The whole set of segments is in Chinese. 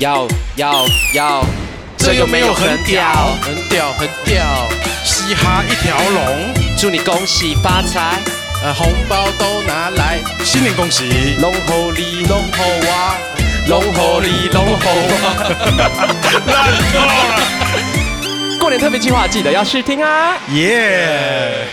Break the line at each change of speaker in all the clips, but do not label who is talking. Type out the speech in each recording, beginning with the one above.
要要要，
这又没有很屌，
屌
很屌，很屌，嘻哈一条龙，
祝你恭喜发财，
呃，红包都拿来，新年恭 喜，
龙猴里
龙猴娃，龙猴里龙猴娃，烂透了，
过年特别计划记得要试听啊！
耶！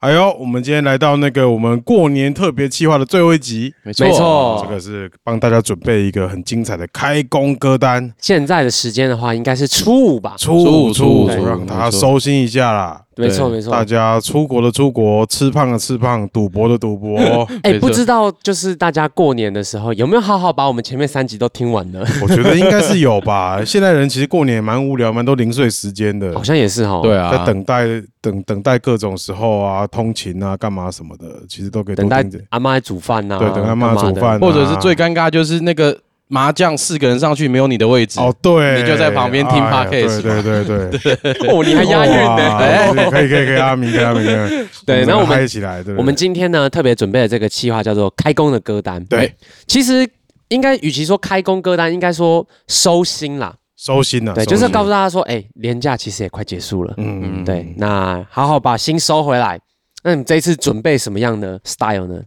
哎呦，我们今天来到那个我们过年特别计划的最后一集，
没错没错
这个是帮大家准备一个很精彩的开工歌单，
现在的时间的话，应该是初五吧？
初五初
初
五
五
初五
让大家
没错
收心一下啦。
没错
对
没
大
错。
家出国的出国，吃胖的吃胖，赌博的赌博。
哎，
没错
不知道就是大家过年的时候有没有好好把我们前面三集都听完呢？
我觉得应该是有吧。 现在人其实过年也蛮无聊，蛮多零碎时间的
好，像也是哈。哦
对，啊，
在等待等等待各种时候啊，通勤啊，干嘛什么的，其实都可以多
等待
听着。
阿妈来煮饭呐，
对，等阿妈
干嘛
煮
的
饭啊，
或者是最尴尬就是那个麻将四个人上去没有你的位置，
哦，对，
你就在旁边听
哎呀
podcast
对对对对，
哦，你还押韵呢。
哇对可以可以可以，阿明跟阿明跟，
对，那我们
嗨起来，对，对
我们今天呢特别准备了这个企划，叫做“开工的歌单”。
对，
其实应该与其说开工歌单，应该说收心啦。
收心了，
对，就是
收心
告诉大家说，哎，年假其实也快结束了，
嗯，
啊嗯
对，那好好把心收回来。那你这一次准备什么样的 style 呢？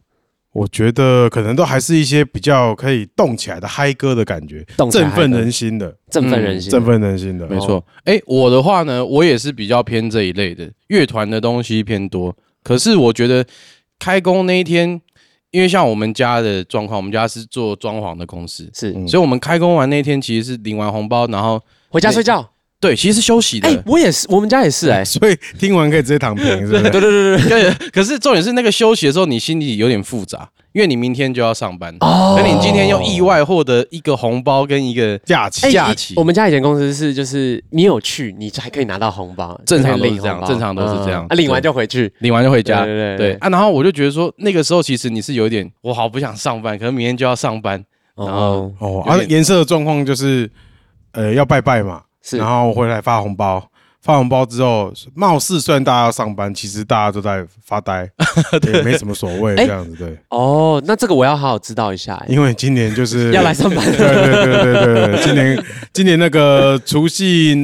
我觉得可能都还是一些比较可以动起来的嗨歌的感觉，
动起来
振
嗨歌
奋人心的，
振奋
嗯
人心，
振奋人心的，
没错。哎，我的话呢，我也是比较偏这一类的，乐团的东西偏多。可是我觉得开工那一天，因为像我们家的状况，我们家是做装潢的公司，
是
嗯
所以我们开工完那天其实是领完红包，然后
回家睡觉。
对，其实是休息
哎
的。，
我也是，我们家也是哎。
所以听完可以直接躺平，是不是？
对对对，
对，可是重点是那个休息的时候，你心里有点复杂，因为你明天就要上班，
哦
那你今天又意外获得一个红包跟一个
假期，
假期
哎我们家以前公司是，就是你有去，你才可以拿到红包，
正常
就
都
可以
是
领
这样
红包
正常都是这样
嗯啊，领完
对
就回去。
领完就回家。
对对对对
啊，然后我就觉得说，那个时候其实你是有一点，我好不想上班，可能明天就要上班。然
哦
后，
哦，
有
啊，
点
颜色的状况就是，呃，要拜拜嘛，
是
然后回来发红包，发红包之后，貌似虽然大家要上班，其实大家都在发呆，也没什么所谓
哎
这样子，对，
哦，那这个我要好好知道一下、哎
因为今年就是
要来上班
对对对对对对，今年今年那个除夕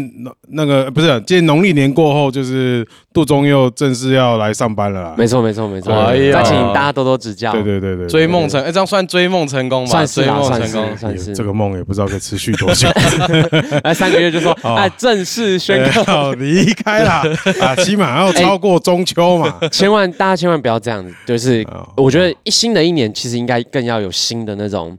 那个不是，今年农历年过后，就是杜忠佑正式要来上班了啦，
没错没错没错，
哎呀
再请大家多多指教。
对对对对，
追梦成，哎、这样算追梦成功吧？
算是
追
啦
梦
算
成
是啊
功。
算是，
这个梦也不知道可以持续多久。
来三个月就说，
哦
哎，正式宣告，
要呃离开 啦，啊，起码要超过中秋嘛。
千万大家千万不要这样子，就是
哦
我觉得一新的一年其实应该更要有新的那种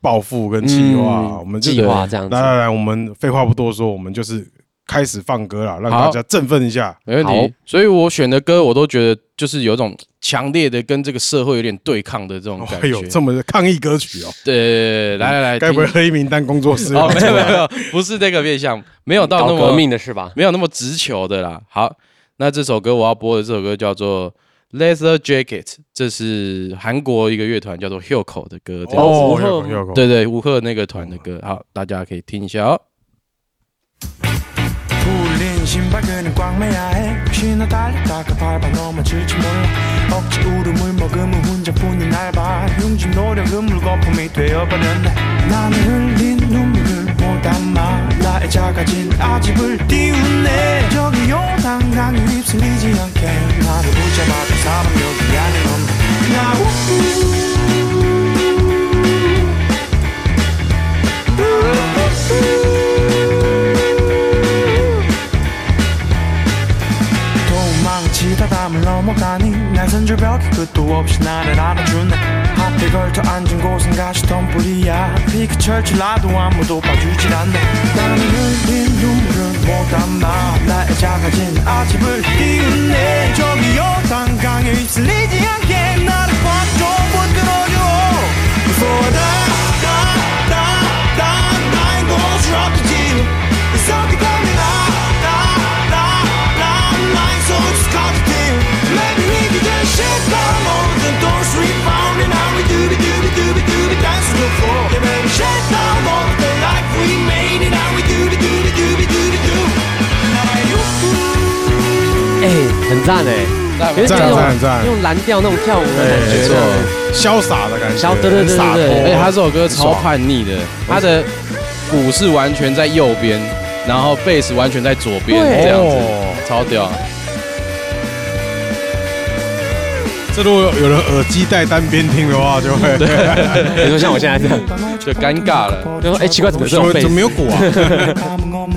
暴富跟计划，
嗯
我们就
计划这样子
来。来来，我们废话不多说，我们就是开始放歌啦，让大家振奋一下。
没问
好
题。所以我选的歌，我都觉得就是有一种强烈的跟这个社会有点对抗的这种感
哦
哎
觉。
呦，这么抗议歌曲哦，
对，来
哎
来来，
该不会
听
黑名单工作室啊吧
哦，没有没有没有，不是这个面向，没有到
啊搞
那
革
么
命的是吧？
没有那么直球的啦。好，那这首歌我要播的这首歌叫做《Leather Jacket》，这是韩国一个乐团叫做 Hilco 的歌。这样子
哦，
这样
有
子
有有，
对对，吴赫那个团的歌，
嗯
好，大家可以听一下哦。
울린 신발끈은 꽝매야해 쉬나 달리다가 밟아 넘어질지 몰라 억지 울음을 먹으면 혼자뿐인 알바 흉진 노력은 물거품이 되어버렸네 나는 흘린 눈물을 못 담아 나의 작아진 아집을 띄우네 저기 용당강이 휩쓸리지 않게 나를 붙잡아준 사람 여기 안에 없네 나 도망치다 담을 넘어가니 날선 줄벽이 끝도 없이 나를 알아주네 앞에 걸터 앉은 곳은 가시던 불이야 피크 철출라도 아무도 봐주질 않네 나는 흘린 눈물을 못 담아 나의 작아진 아집을 띄우네 저기 요단강에 휩쓸리지 않게 나를 꽉좀 끌어줘 Before I die, die, die 나의 곳을 앞에 우 Something coming up, up, up, up My soul's got to deal Maybe we could just shit down all the doors we found And now we doobie doobie doobie doobie dance to the floor Yeah, maybe shit down all the life we made And now we doobie doobie doobie doobie doo Now you
哎，很赞哎，
赞
有一
赞
点那
赞
种
赞哎
用蓝调那种跳舞的感
对
没
觉，
错
对
潇洒的感觉，
潇对对对对
很洒脱
对哎
而哎且他这首歌超叛逆的，他的鼓是完全在右边，然后贝斯完全在左边，
对
这样子
哦
超屌。
这如果有人耳机戴单边听的话，就 会
比如说像我现在这样，
就尴尬了
就说哎奇 怪怎么这
怎
种
么
贝
怎么没
斯，
有鼓啊？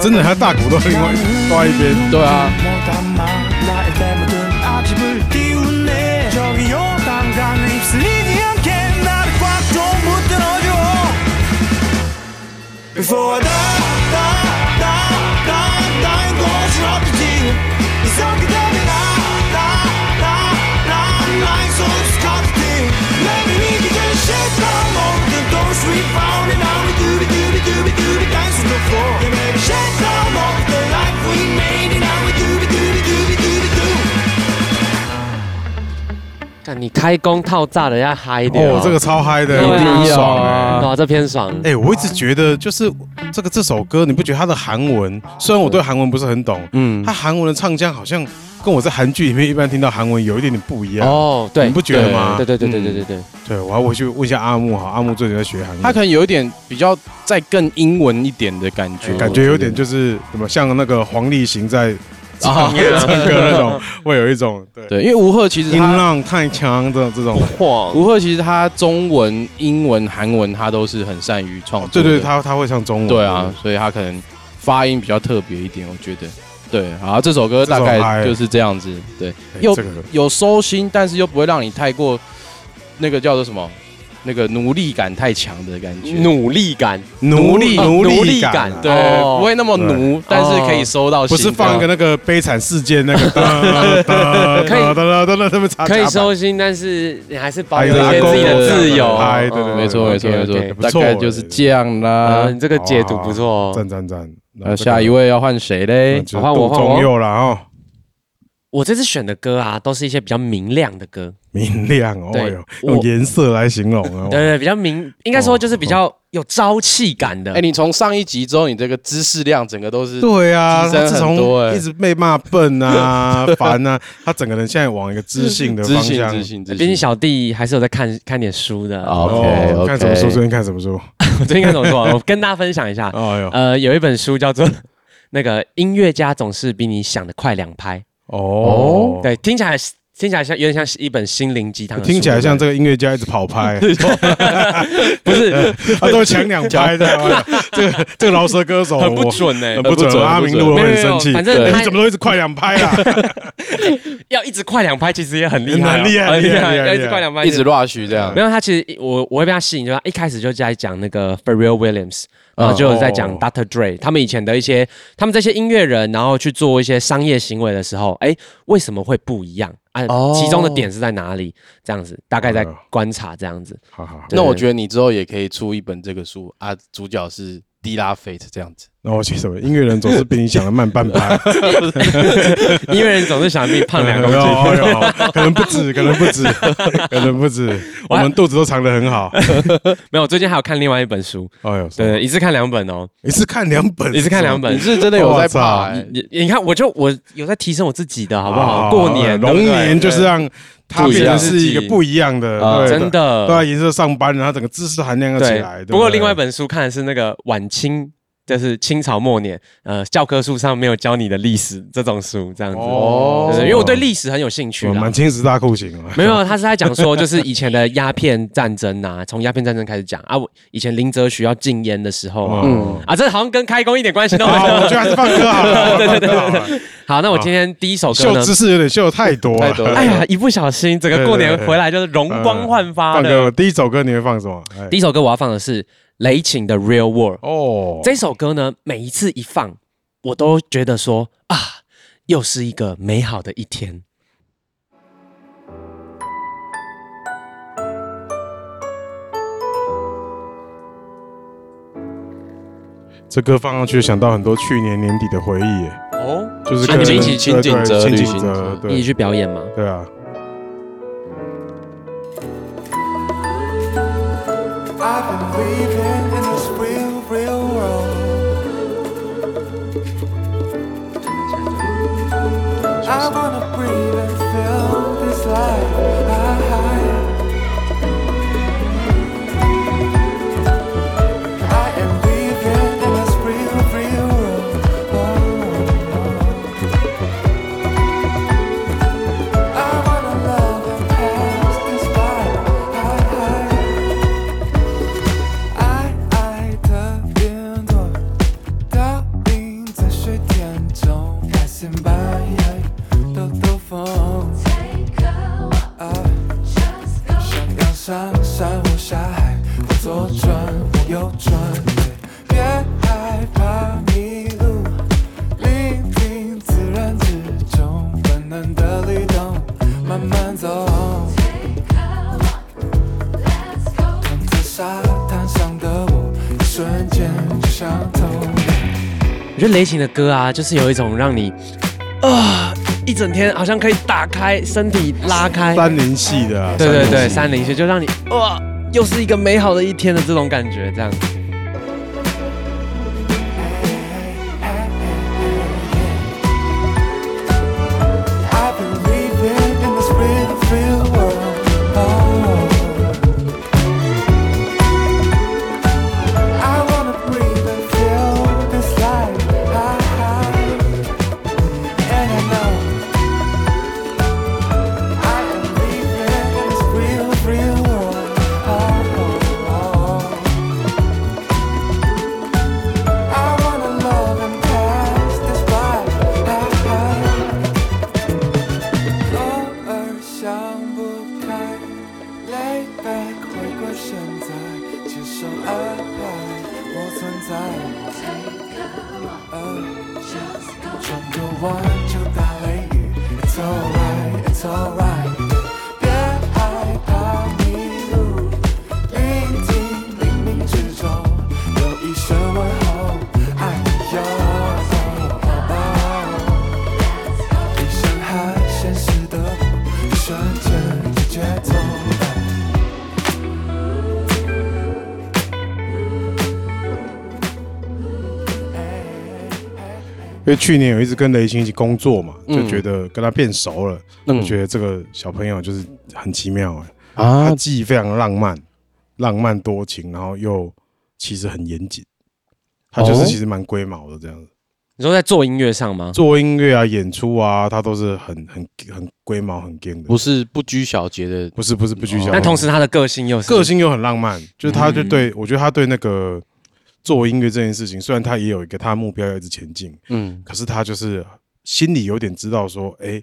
真的，他大鼓都另 外都在一边。
对啊，
못한 말 나의 대모든 아집을 띄우네 저기 요단강을 입술리지 않게 나를 꽉 좀 붙들어줘 Before I die, die, die, die, dying 곳은 어디지 이성기 때문에 나, 나, 나, 나 나의 손수 가득히 내게 이기기 싫다 모든 도시 we found and I'm a doobie doobie doobie doobie dancing the floor You made me shake some of the life we made and I'm a doobie doobie doobie doobie doo
看你开工套炸的要嗨一点
哦，这个超嗨的，
对啊
我觉得很爽
对啊
哎。
哇这偏爽，
哎、我一直觉得就是这个这首歌，你不觉得它的韩文？虽然我对韩文不是很懂，
嗯
它，韩文的唱腔好像跟我在韩剧里面一般听到韩文有一点点不一样。
哦对
你不觉得吗？
对对对对
嗯
对对对，
对我要回去问一下阿木哈，阿木最近在学韩文，
他可能有一点比较再更英文一点的感觉，
嗯感觉有点就是什么像那个黄立行在
啊，
唱 歌那种， 会有一种对
对，因为吴赫其实
音
他
浪太强的这种。
哇
吴赫其实他中文、英文、韩文他都是很善于创作
哦对
的，
对，他他会唱中文。
对啊，，所以他可能发音比较特别一点，我觉得。对，好，这首歌大
这首嗨
概就是这样子，对，
哎
又
这个
有收心，但是又不会让你太过那个叫做什么，那个奴隶感太强的感觉，
努力感，
奴隶
哦
奴隶
奴隶
感啊，
感
对，
哦
不会那么奴，但是可以收到
哦
心
不是放一个那个悲惨世界那个，
可以
哒哒哒，他们插
可以
啊夹板哎
收心，但是你还是保有
还有
一些自己的自由，
阿公对对对
哦
没错没错没
OK，OK
错，
不
大
错啊
概就是这样啦
嗯，。你这个解读不错哦。
赞赞赞。
呃，下一位要换谁嘞？
呃就是杜仲佑了哦，
我这次选的歌啊，都是一些比较明亮的歌，
明亮哦，哎
对
呦，
我
用颜色来形容
对
哦。
对，比较明，应该说就是比较有朝气感的
哎，。你从上一集之后，你这个知识量整个都是
对啊，
提升
他
很
自
多哎
从一直被骂笨啊、 烦啊，他整个人现在往一个知性的
自
方
信
向。哎
自信自
毕竟
信。
小弟还是有在看看点书的。
哦
哦
OK，OK
看什么书？最近看什么书？
我最近看什么 书啊？我跟大家分享一下。
哎呦，
呃，有一本书叫做 《那个音乐家总是比你想的快两拍》，
哦，
对，听起来听起来像有点像是一本心灵鸡汤的书，
听起来像这
对
个音乐家一直跑拍，
不对不是
他都抢两拍的。哎这个这个饶舌歌手
很不
我
准哎、
很不准，
很不准
阿明路我
没有
很
没有
生气。
反正
哎
他
你怎么都一直快两拍啊？
要一直快两拍，其实也很厉害哦、
很厉害
很
厉害厉害
要一直快两拍，
一直 rush 这样
没，有，他其实我我会被他吸引，就是他一开始就在讲那个 Pharrell Williams，
嗯
然后就有在讲
哦
Dr. Dre，他们以前的一些，他们这些音乐人，然后去做一些商业行为的时候，哎，为什么会不一样？啊
哦，
其中的点是在哪里？这样子，大概在
哎呦
观察这样子。
好好，好
对
那我觉得你之后也可以出一本这个书啊，主角是迪拉菲特这样子。
那我写什么？音乐人总是比你想的慢半拍。
音乐人总是想必胖 两公斤，
哎呦哎呦可能不 止，可能不止，可能不止。我们肚子都藏得很 好。
没有，我最近还有看另外一本书，
哎呦，
对，对一次看两本 哦，
一次看两本，
一次看两本
你。是真的有在
哇
怕、
塞
欸？
你你看，我就我有在提升我自己的，
好
好不好？过年
啊哦龙
对不对
年就是让它变成是一个不一样的，
啊
对
真的
对啊，颜色上班，然后整个知识含量要起
对，
来。对
不过另外一
本
本书看的是那个晚清，就是清朝末年，呃，教科书上没有教你的历史这种书，这样子。
哦
对因为我对历史很有兴趣啦
满。清十大酷刑啊，
没有，他是在讲说，就是以前的鸦片战争啊，从鸦片战争开始讲啊。我以前林则徐要禁烟的时候啊，
嗯
啊，这好像跟开工一点关系都没
好，我
有。
觉得还是放歌好了。
对对对
放歌好了
好，那我今天第一首歌
秀
呢
知，识有点秀得太多
太多
了。嗯
了
哎呀，一不小心整个过年回来就是容光焕发
放
的。
歌，第一首歌你会放什么？哎
第一首歌我要放的是雷琴的《Real World》。
哦，
这首歌呢，每一次一放，我都觉得说啊，又是一个美好的一天。
这歌放上去，想到很多去年年底的回忆耶，
哦，
就是
啊
跟
你们一起
亲近
对
者
对
旅
亲
行
近
者
者，
一起
对
去表演吗？
对啊，
I've been weaving in this real, real world. I wanna breathe and feel this life. I am living in this real, real world. I wanna love and pass this by. I,爱的变动，倒映在水田中，开心吧，兜兜风。啊想要上山或下海，我左转我右转，对别害怕迷路，聆听自然之中本能的律动，慢慢走。躺在沙滩上的我，一瞬间就上头。
我觉得雷霆的歌啊，就是有一种让你啊、一整天好像可以打开身体拉开，
三零系的啊，
对对对，
三
三零学就让你哇、又是一个美好的一天的这种感觉，这样。
I've been living in this real, real world. Oh. I wanna breathe and feel this life. And I know I am living in this real, real world. Oh. I wanna love and pass this by. 偶尔想不开，lay back 回归现在，接受安排，我存在。穿过晚就打雷雨，It's alright，It's alright。别害怕迷路，聆听冥冥之中有一声问候，爱哟。理想和现实的一瞬间的决斗。
因为去年有一直跟雷霆一起工作嘛，
嗯
就觉得跟他变熟了，
嗯
就觉得这个小朋友就是很奇妙哎、
啊
他，记忆非常浪漫，浪漫多情，然后又其实很严谨。他就
哦
是其实蛮龟毛的这样子，
你说在做音乐上吗？
做音乐啊、演出啊，他都是很很很龟毛、很 g 的。
不是不拘小节的，
不是不是不拘小节，
但同时他的个性又是
个性又很浪漫，就是他就对、我觉得他对那个做音乐这件事情，虽然他也有一个他的目标要一直前进，
嗯，
可是他就是心里有点知道说，哎、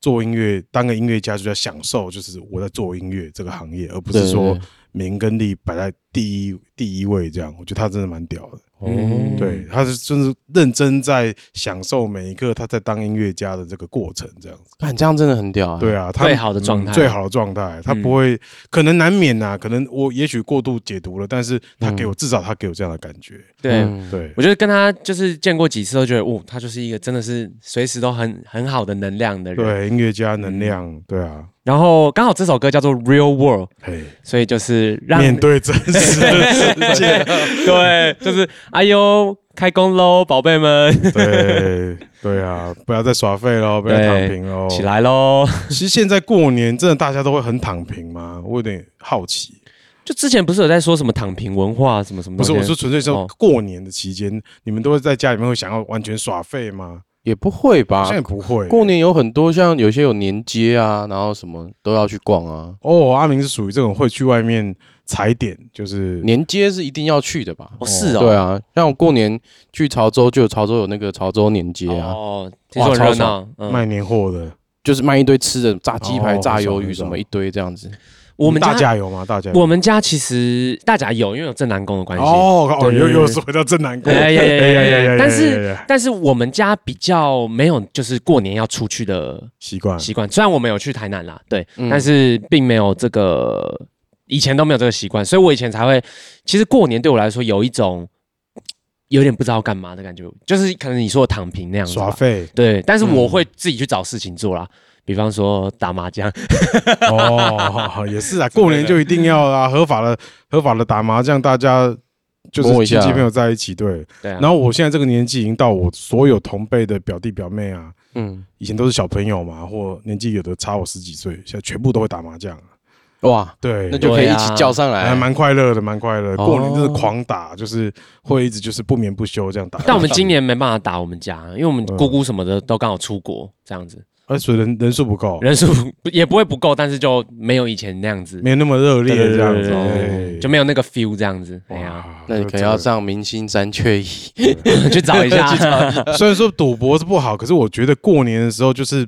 做音乐当个音乐家就要享受，就是我在做音乐这个行业，而不是
对
说
对对
名跟利摆在第一第一位这样。我觉得他真的蛮屌的，
哦
嗯
对，他是真是认真在享受每一个他在当音乐家的这个过程这样子。
看这样真的很屌啊，
对啊，他
最好的状态嗯
嗯最好的状态，他不会，可能难免呐、可能我也许过度解读了，但是他给我、至少他给我这样的感觉，
对。
嗯
对，
我觉得跟他就是见过几次，都觉得哦，他就是一个真的是随时都很很好的能量的人。
对，音乐家能量，
嗯
对啊，
然后刚好这首歌叫做《Real World》，
嘿，
所以就是让
面对真实的世界，
对，就是哎呦，开工喽，宝贝们，
对，对啊，不要再耍废喽，不要再躺平喽，
起。来喽！
其实现在过年真的大家都会很躺平吗？我有点好奇，
就之前不是有在说什么躺平文化什么什么
不
东西？
是，我说纯粹说
哦
过年的期间，你们都会在家里面会想要完全耍废吗？
也不会
好
啊
吧
像？也不会。
过年有很多像有些有年街啊，然后什么都要去逛啊，
哦，阿明是属于这种会去外面踩点，就是
年街是一定要去的吧？
哦是哦，
对啊，像我过年去潮州，就有潮州有那个潮州年街啊，
哦，听说很热闹。嗯，
卖年货的。
就是卖一堆吃的，炸鸡排、
哦
炸
很爽
鱿鱼
很
什么
爽
一堆这样子。
我们
大
家
家有吗？大家有
我们家其实大家有，因为有正南宫的关系。
哦哦，
对
又
对
又
对
是回到正南宫。
哎呀呀呀呀呀呀！但
哎呀呀
是
呀呀
但是我们家比较没有就是过年要出去的
习惯
习惯，虽然我们有去台南啦，对，
嗯
但是并没有这个以前都没有这个习惯，所以我以前才会，其实过年对我来说有一种有点不知道干嘛的感觉，就是可能你说的躺平那样子吧
耍废嗯
对，但是我会自己去找事情做啦，比方说打麻 将，
哦，也是啊，过年就一定要啊，合法的合法的打麻将，大家就
摸
是
一下
亲戚朋友在一起对。
对啊，
然后我现在这个年纪已经到我所有同辈的表弟表妹啊，
嗯，
以前都是小朋友嘛，或年纪有的差我十几岁，现在全部都会打麻将。啊
哇，
对，啊
那就可以一起叫上
还
哎
来。
蛮快乐的，蛮快乐。
哦
过年真的狂打，就是会一直就是不眠不休这样打。
但我们今年没办法打我们家，因为我们
嗯
姑姑什么的都刚好出国，这样子
而且哎人人数不够，
人数 不也不会不够，但是就没有以前那样子，
没有那么热烈这样子哎
对对对
对
对，
就没有那个 feel 这样子。哎呀，
哇
那你可
这
能要上明星三缺一，
去找 一下。。
虽然说赌博是不好，可是我觉得过年的时候就是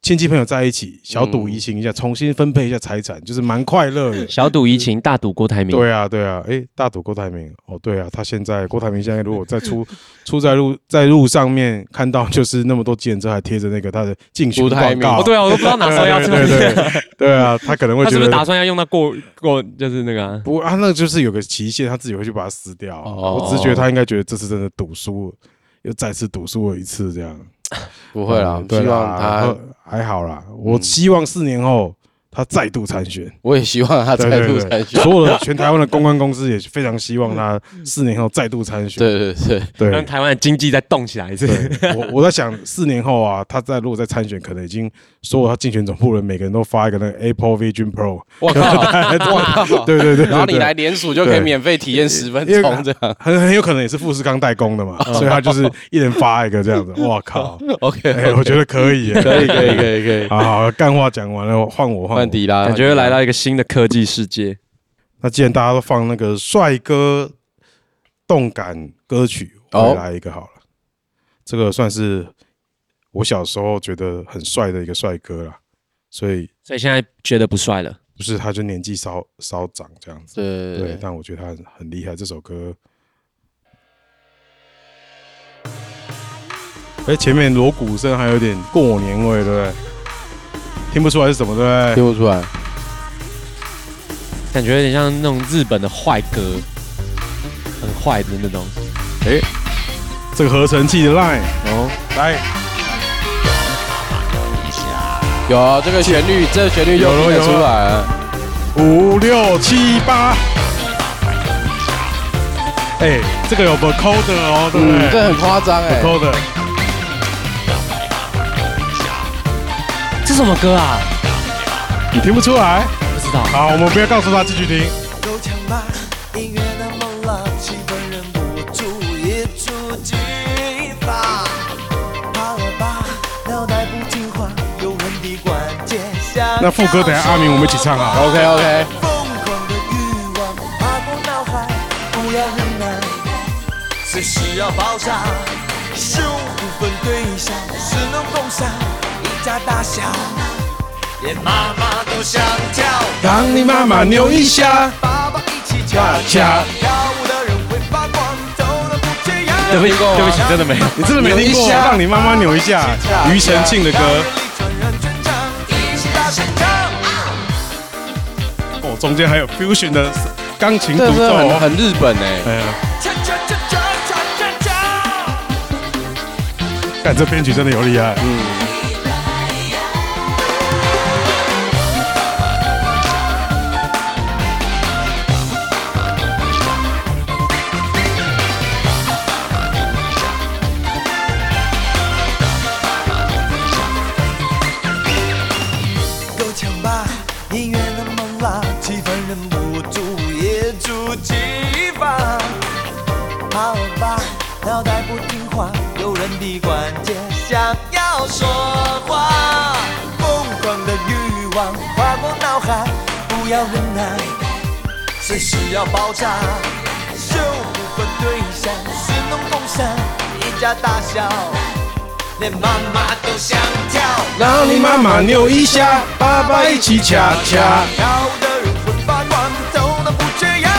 亲戚朋友在一起小赌怡情一下，重新分配一下财产，就是蛮快乐的
小赌怡情，大赌郭台铭。
对啊，对啊，哎，大赌郭台铭哦，对啊，他现在郭台铭现在如果在 出出在路在路上面看到就是那么多计程车还贴着那个他的竞选
郭台
广
铭
告，
哦，对啊，我都不知道哪时候要
对
出。
对对 对对啊，他可能会
他
觉
是不
得
是打算要用到过过就是那个啊？
不啊，那个就是有个期限，他自己会去把它撕掉。
哦
我只是觉得他应该觉得这次真的赌输了，又再次赌输了一次这样。
不会啦，
嗯
希望他，
还好啦。我希望四年后他再度参选，
我也希望他再度
对对
参
对
选。
所有的全台湾的公关公司也非常希望他四年后再度参选。
对对对，
对
让台湾的经济再动起来一次。
对我我在想，四年后啊，他再如果再参选，可能已经所有他竞选总部人每个人都发一个那个 Apple Vision Pro，
我靠，我靠，
对对对对
然后你
对
来联署就可
对
以免费体验十分
因为
钟这样。
很很有可能也是富士康代工的嘛，
哦
所以他就是一人发一个这样子。哇靠！
OK，
哎，我觉得可以耶，
可以可以可以 可 以，
好好，干话讲完了，换我换我
换迪拉，
感觉来到一个新的科技世界。
那既然大家都放那个帅哥动感歌曲，
哦
我也来一个好了。这个算是我小时候觉得很帅的一个帅哥啦，所以
所以现在觉得不帅了。
不是他就年纪稍稍长这样子，
对
对
对对，
但我觉得他很很厉害。这首歌，哎，前面锣鼓声还有点过年味，对不对？听不出来是什么，对不对？
听不出来。
感觉有点像那种日本的坏歌，很坏的那种。
哎这个合成器的 line，
哦，
来，
有啊这个旋律，这个旋律就
有了
听得
有了
出来了。
五六七八。哎、这个有 vocoder 哦，对不
嗯，
对
这很夸张哎。
？vocoder，、
这什么歌啊？
你听不出来？
不知道。
好，我们不要告诉他，继续听。
够呛吧？音乐那么浪，气氛忍不住一触即发。怕了吧？脑袋不听话，有问题关键想
那副歌等一下阿明我们一起唱啊
OK OK，
疯狂的欲望爬过脑海，不要忍耐，随时要爆炸。事物不分对象，只能共享，一家大小，连妈妈都想跳。
让你妈妈扭一下。
爸爸一起跳
恰
跳舞的人会发光，走的不这样。
对不起，对不起，真的没有。
你真的没听
扭
过？
一下
让你妈妈扭一 下。庾澄庆的歌，哦，中间还有 fusion 的钢琴独
这
奏
是很
哦。
很日本哎。
哎呀，干这编曲真的有厉害。
嗯
够呛吧？音乐那么辣，气氛忍不住也触即发。好吧，脑袋不听话，有人的关键想要说话，疯狂的欲望划过脑海，不要忍耐，随时要爆炸。秀不分对象，是能共享，一家大小，连妈妈都想跳。
让你妈妈扭一下，爸爸一起恰恰。
跳舞的人会发光，走的不这样，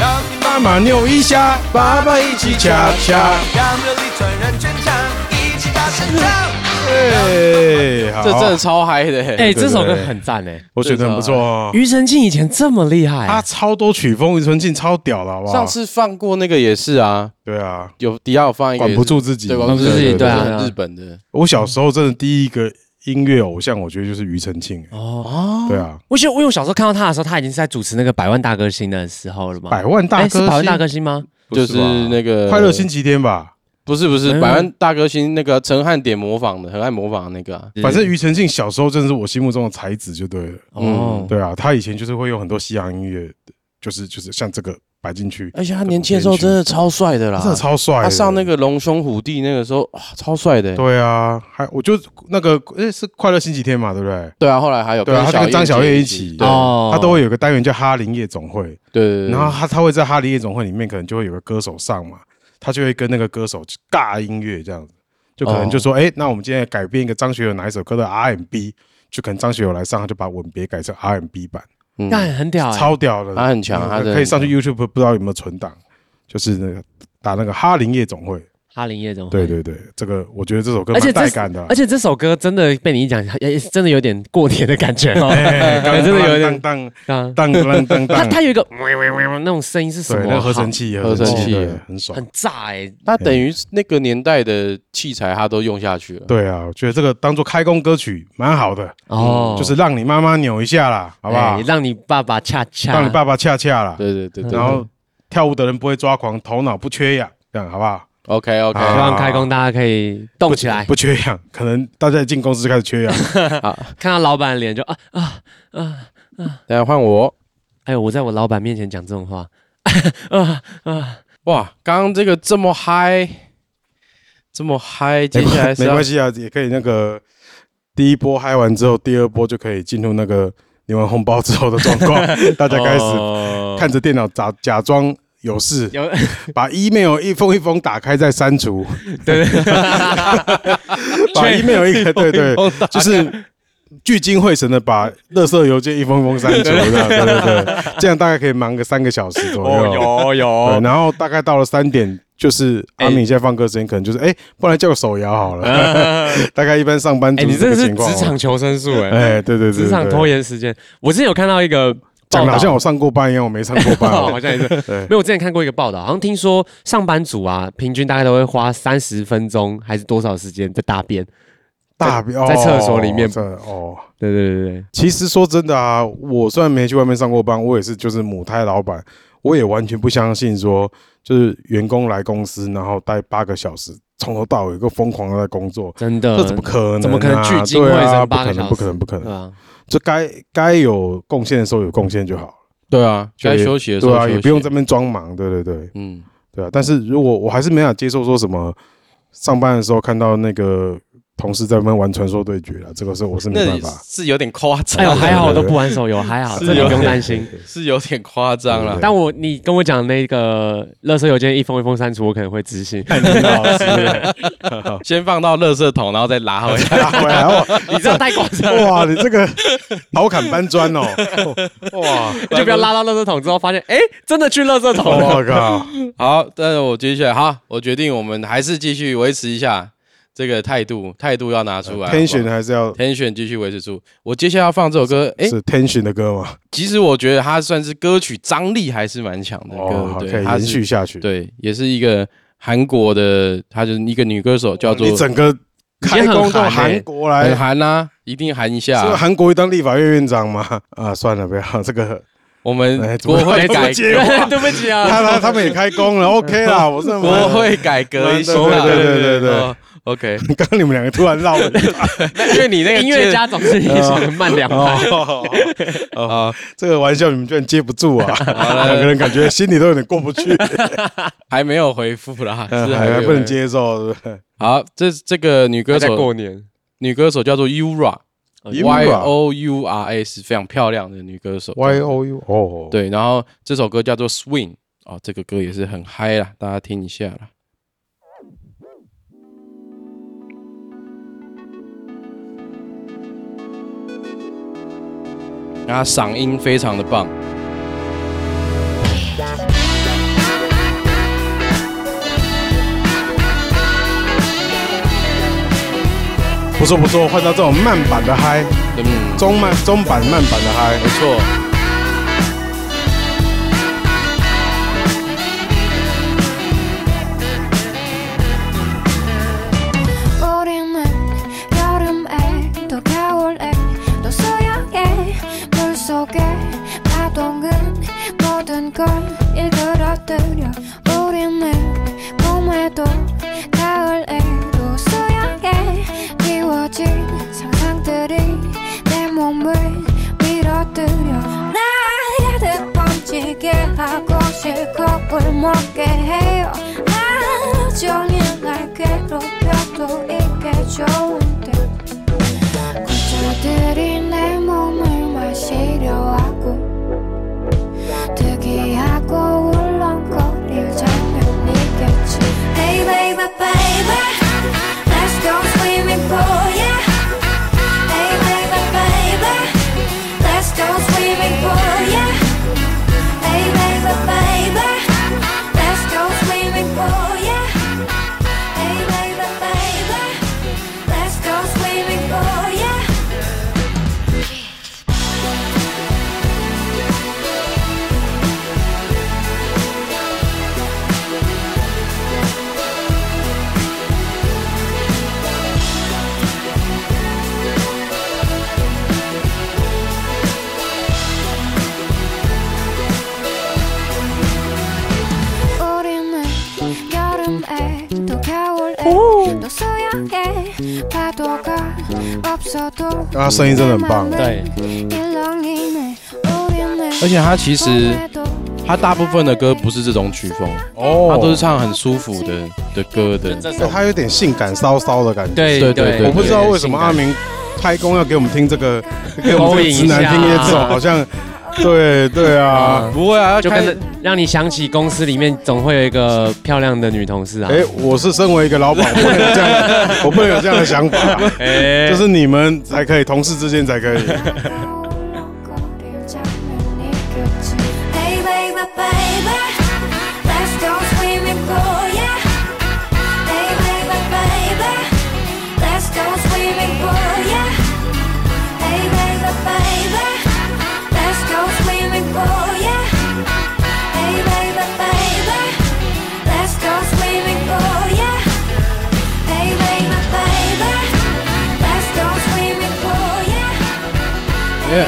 让你
妈妈扭一下，爸爸一起恰恰。
让热力传染全场，一起大声唱。
哎，好，
这真的超嗨的哎。
哎，这首歌很赞哎。
我觉得很不错哦。
庾澄庆以前这么厉害
他，超多曲风，庾澄庆超屌的，好不好？
哎上次放过那个也是啊，
对啊，
有迪奥放一个也
管
是，
不住自己。
对，管不住自
对
己，对
对对
啊，
对
日本的。
我小时候真的第一个音乐偶像，我觉得就是庾澄庆。哦，对啊，
我记得我因为我小时候看到他的时候，他已经是在主持那个《百万大歌星》的时候了吗？
百万大
哎
歌
是百万大
星
歌星吗？
不
就是嗯
吧
那个
快乐星期天吧？
不是不
没
是，
有
百万大歌星那个陈汉典模仿的，很爱模仿的那个、啊。
反正庾澄庆小时候真的是我心目中的才子，就对了。
哦，
对啊，他以前就是会用很多西洋音乐，就是就是像这个摆进去，
而且他年轻的时候真的超帅的啦，
他真的超帅的。
他上那个龙兄虎弟那个时候，哇，超帅的。欸
对啊，还我就那个诶是快乐星期天嘛，对不对？
对啊，后来还有
对啊，他跟张小
燕
燕一
起
起，
对
哦
他都会有个单元叫哈林夜总会，
对对对，
然后他他会在哈林夜总会里面可能就会有个歌手上嘛，他就会跟那个歌手尬音乐这样子，就可能就
哦
说，哎，那我们今天改编一个张学友哪一首歌的 R&B，就可能张学友来上，他就把吻别改成 R&B 版，
嗯
干很屌欸，
超屌的，
他很强
嗯
他真的
可以上去 YouTube 不知道有没有存档，就是那个打那个哈林夜总会，
哈林夜总会
对，对对，这个我觉得这首歌
哦而且
蛮带
这
感的啊，
而且这首歌真的被你一讲，也也是真的有点过甜的感觉哦，
哎
哎真的有点
当
刚
当当当
他
当，
他有一个那种声音是什
对，
么
那
啊？
个合成器，
合成器
对很爽。
很炸哎，
他等于那个年代的器材他都用下去了。
对啊，我觉得这个当做开工歌曲蛮好的，
哦，
嗯就是让你妈妈扭一下啦，好不好
哎？让你爸爸恰恰，
让你爸爸恰恰啦，
对对对对，
啊然后跳舞的人不会抓狂，头脑不缺氧，这样好不好？
OK OK，
希
啊
望开工大家可以动起来，
不缺氧，可能大家一进公司就开始缺 氧。
看到老板的脸就啊啊，
等下换我。
哎呦，我在我老板面前讲这种话，
哇，刚刚这个这么嗨，这么嗨，接下来是
没
要
关系啊，也可以那个第一波嗨完之后，第二波就可以进入那个领完红包之后的状 况，大家开始
哦
看着电脑假假装有事，
有
把 email 一封一封打开再删除，
对，
把 email 一个对 对，
哦
就是聚精会神的把垃圾邮件一封一封删除，这 样对对对，这样大概可以忙个三个小时左
哦
右。
有
对，
有，
然后大概到了三点，就是阿敏现在放歌时间，可能就是哎，不然叫个手摇好了。 大概一般上班族
啊哎，你
这
这
个
是
情况
职场，求生术哎，
哎，对对对，对
职场拖。延时间。我之前有看到一个
讲
报
的好
道，
像我上过班一样，我没上 过班。
哦好像也是，
对
没有，我之前看过一个报道，好像听说上班族啊，平均大概都会花三十分钟还是多少时间在大便。
大表
在厕所里面
哦，
对对对对，
其实说真的啊，我虽然没去外面上过班，我也是就是母胎老板，我也完全不相信说，就是员工来公司然后待八个小时，从头到尾都疯狂的在工 作，
真的，
这怎么可能、啊？
怎么可能聚精
对
会
啊，
神
不
八
可
个小
能，
时？
不可能，不可
对
能！
啊，
就该该有贡献的时候有贡献就好了，
对啊，该
对
休息的时候
对啊，
休息
也不用在那边装忙，对对对
嗯，
对啊。但是如果我还是没法接受说什么上班的时候看到那个同事在那边玩传说对决了，这个时候我是没
那
办
也
法。
是有点夸张
哎呦，
啊，
还好我都不玩手游，还好，
是
这你
有
不用
点
担心。
是有点夸张啊了
对。
但我你跟我讲那个垃圾邮件一封一封删除，我可能会执
哎
行。
先放到垃圾桶，然后再拉回来。
打回来哦，
你这样太夸张了，
哇，你这个好砍搬砖哦！
哇，
就不要拉到垃圾桶之后发现，哎，真的去垃圾桶 哦了。
我靠，
好，但是我接下来好，我决定我们还是继续维持一下这个态度，态度要拿出来。
天选还是要
天选继续维持住。我接下来要放这首歌，哎，
是天选的歌嘛？
其实我觉得它算是歌曲张力还是蛮强的
哦，
歌，
好，可以
对，它
延续
是
下去。，
对，也是一个韩国的，她就是一个女歌手，叫做
你整个开工到韩国来，
很
是
韩啊，一定韩一
不是
下。
韩国瑜当立法院院长吗？啊，算了，不要这个，
我们
哎怎么
国会
怎么
改
接话
对不 起啊，
他他他们也开工了，OK 啦，我是
国会改革一下，
对对对对对对
哦，OK，
刚刚你们两个突然绕了，
因为你那个
音乐
接
家总是一行慢两拍。
啊，
这个玩笑你们居然接不住啊！
了
两个人感觉心里都有点过不去，
还没有回复啦，是还没
嗯还
有
不能。接受，对不对？
好，这这个女歌
在
手，
过哦年，
女歌手叫做 Yura，Y O U R A 是非常漂亮的女歌手。
Y O U 哦，
对，然后这首歌叫做 Swing，哦，这个歌也是很嗨啦，大家听一下啦。然后嗓音非常的棒，
不错不错，换到这种慢版的嗨，
嗯，
中慢中版慢版的嗨
不，错。
우리는 여름에 또 겨울에 또 수영에 물속에 파동은 모든 걸 일그러뜨려 우리는 꿈에도 다
몸을 밀어뜨려 나의 대 번지게 하고 실컷 굴먹게 해요 하루 종일 날 괴롭혀도 이게 좋은데 구자들이 내 몸을 마시려 하고 특이하고 울렁거릴 장면이겠지 Hey baby baby Let's go swimming pool yeah Hey baby baby Let's go swimming pool yeah Hey baby baby Let's go swimming pool yeah Hey baby baby Let's go swimming pool yeah 우리는 여름에 또 겨울에 또 수영에 파도가 없어도
啊，声音真的很棒。
对
일렁이네 우리는
而且他其实
밤에도
他大部分的歌不是这种曲风，他都是
哦，
唱很舒服的的歌的。
对，它有点性感骚骚的感觉。
对
对对对
对，
我不知道为什么阿
明
明开工要给我们听这 个，给我们
勾
这
引
个直
一
男听
下
这种，好像，对对 啊。
不会啊，
就
开
跟让你想起公司里面总会有一个漂亮的女同事啊。
哎，我是身为一个老板，我不能有这 样，我不能有这样的想法，就是你们才可以，同事之间才 可以。
울렁거릴 장면이겠지 Hey baby baby Let's go swimming pool yeah Hey baby baby Let's go swimming pool yeah Hey baby baby Let's go swimming pool yeah Hey baby baby Let's go swimming pool yeah Hey baby baby Let's go swimming pool yeah
因为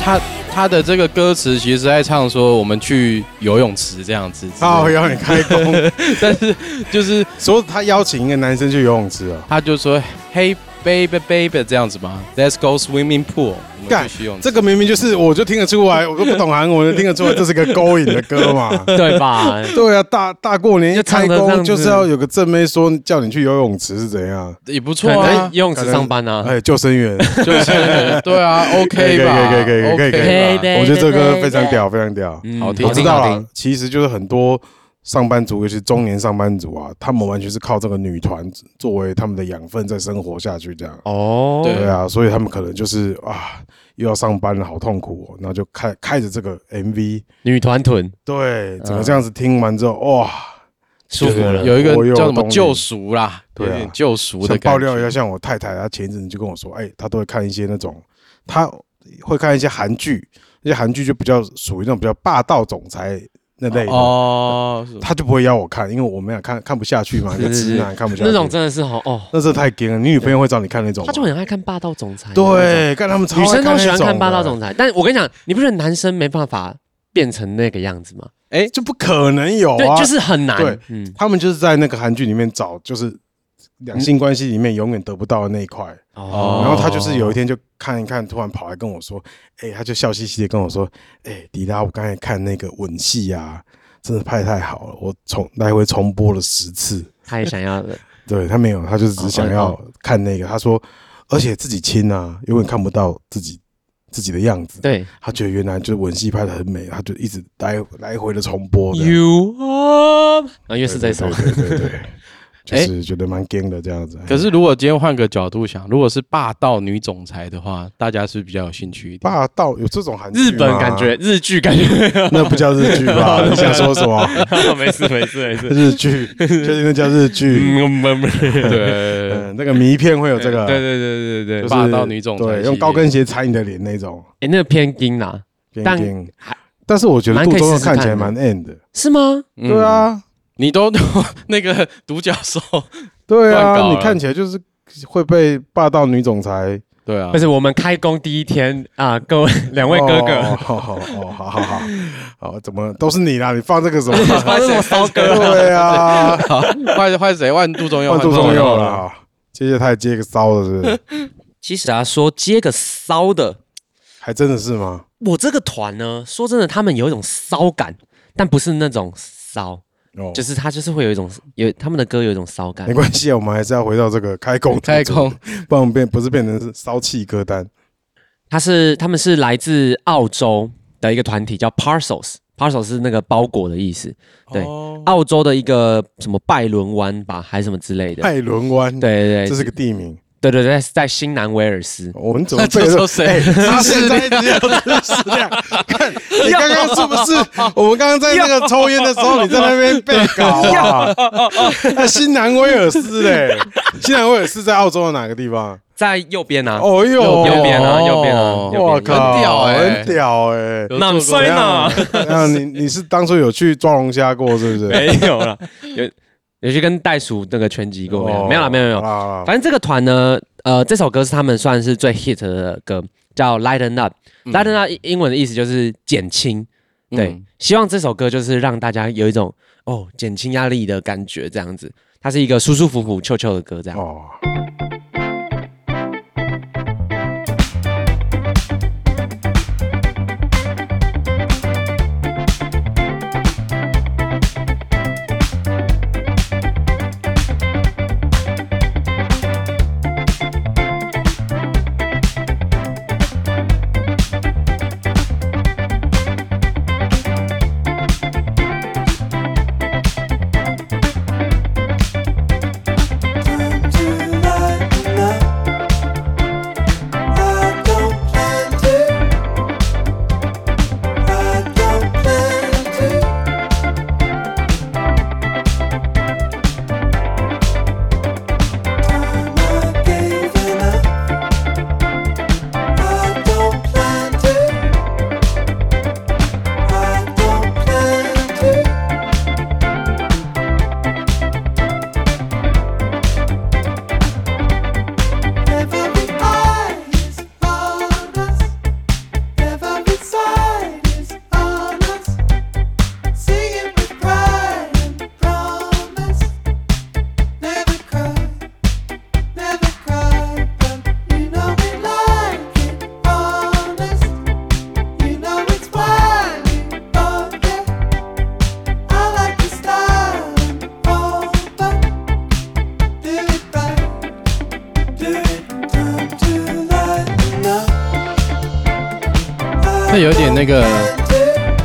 他他的这个歌词其实是在唱说我们去游泳池这样子之类的，
好，邀你开工，
但是就是
说他邀请一个男生去游泳池哦。
他就说 Hey baby baby 这样子嘛，Let's go swimming pool，我
干
们去游泳池
这。个明明就是，我就听得出来，我都不懂韩文，就听得出来这是个勾引的歌嘛。
对吧？
对啊，大大过年一
就
开
唱得这样
工
子
就是要有个正妹说叫你去游泳池是怎样？
也不错
可能
啊，
游泳池上班啊。
哎，救生 员，
就是对啊，OK 吧，
可以可以可以可以可以
OK 吧
可
以可以
啊我觉得这个歌非常屌，非常屌。
嗯
好听
我
好
知
听
道
好
了
听，，
其实就是很多上班族，尤其中年上班族啊，他们完全是靠这个女团作为他们的养分在生活下去，这样。
哦，
对
对啊，所以他们可能就是啊，又要上班了，好痛苦哦。那就开开着这个 MV，
女团臀
对，
啊
整个这样子听完之后，哇，
舒服了。
有一个
我有
叫什么
动力
救赎啦，
对啊
有点救赎的
想
感
爆料一下，
觉。
像我太太，她前一阵子就跟我说，哎、她都会看一些那种，她会看一些韩剧，那些韩剧就比较属于那种比较霸道总裁那类的，
哦，
她就不会邀我看，因为我们俩看看不下去嘛，一
是
个
是
直
是
男看不下去，
那种真的是好哦，
那是太 gay 了。你女朋友会找你看那种吗？
他就很爱看霸道总裁。，
对，看他们超爱
女生都喜
那
欢
种
看霸道
的
总裁，但我跟你讲，你不觉得男生没办法变成那个样子吗？
哎就不可能有
哎对，
啊，
就是很难
对。
嗯，
他们就是在那个韩剧里面找，就是两性关系里面永远得不到的那一块。
哦，
然后他就是有一天就看一看，突然跑来跟我说：“哎、他就笑嘻嘻的跟我说：‘哎、迪拉，我刚才看那个吻戏啊，真的拍得太好了，我重来回重播了十次。
他也想要 的。
对’他没有，他就是只想
哦
要看那个。他说，而且自己亲啊，永远看不到自己自己的样子。
对
他觉得原来就是吻戏拍的很美，他就一直来来回的重播这样。
，You are，啊，因为是这首
对。对对对 对，
哎
就是觉得蛮 g 的这样子。
可是如果今天换个角度想，如果是霸道女总裁的话，大家是不是比较有兴趣一点。
霸道有这种韩剧吗
日本感觉，日剧感 觉，
那不叫日剧吧？你想说什么？
没事没事没事，
日剧，就是那叫日剧。
嗯，没没
对对
嗯，那个迷片会有这个，
对对对对
就是
对，霸道女总裁系列，
对，用高跟鞋踩你的脸那种，
哎，那个偏硬啦，
边
但
边
还。
但是我觉得
蛮
杜
可以
忠
试
佑
试
看起来
看的
蛮 end 的，
是吗？
嗯
对，啊，
你都 那个独角 兽，
对
乱搞
啊，
了
你看起来就是会被霸道女总裁
对啊
不，是，我们开工第一天啊，各位两位哥
哦
哥，
好好好好好好，好怎么都是你啦？你放这个什么？
发生什么骚哥？
对 啊，
好换换谁？换杜仲佑，
换杜忠
仲
佑。啦。谢谢他也接个骚的，是不是？
其实啊，说接个骚的，
还真的是吗？
我这个团呢，说真的，他们有一种骚感，但不是那种骚，
哦，
就是他就是会有一种有他们的歌有一种骚 感
没。关系啊，我们还是要回到这个开工，
开工，
不然我们变不是变成是骚气歌单。
他是他们是来自澳洲的一个团体，叫 Parcels，Parcels 是那个包裹的意思。对
哦
澳洲的一个什么拜伦湾吧，还是什么之类的。
拜伦湾，，
对对
这
对，
是个地名。
对对对，在在新南威尔斯。
我们怎么
这
背
时
的
候谁
他现在只 有食量。看，你刚刚是不是？我们刚刚在那个抽烟的时候，你在那边背稿啊？那新南威尔斯嘞，新南威尔斯在澳洲的哪个地方？
在右边啊，
哦哟，
右边啊，右边啊，
我
右边。
靠，
很屌欸
很屌哎！
那么衰呢？
那你你是当初有去抓龙虾过是不是？
没有 了，有有去跟袋鼠那个拳击过没有？
哦
没有啦，没有没有
好。啦好啦
反正这个团呢，呃，这首歌是他们算是最 hit 的歌，叫《Lighten Up》。Lighten
嗯
Up 英文的意思就是减轻，对，
嗯
希望这首歌就是让大家有一种哦减轻压力的感觉，这样子。它是一个舒舒服服、臭臭的歌，这样。
哦，
Every eye is on us. Every side is on us. Singing with pride and promise. Never cry, never cry. But you know we like it honest. You know it's why we bought it. I like the style and all, but do it right. Do it, time to lighten up.
这有点那个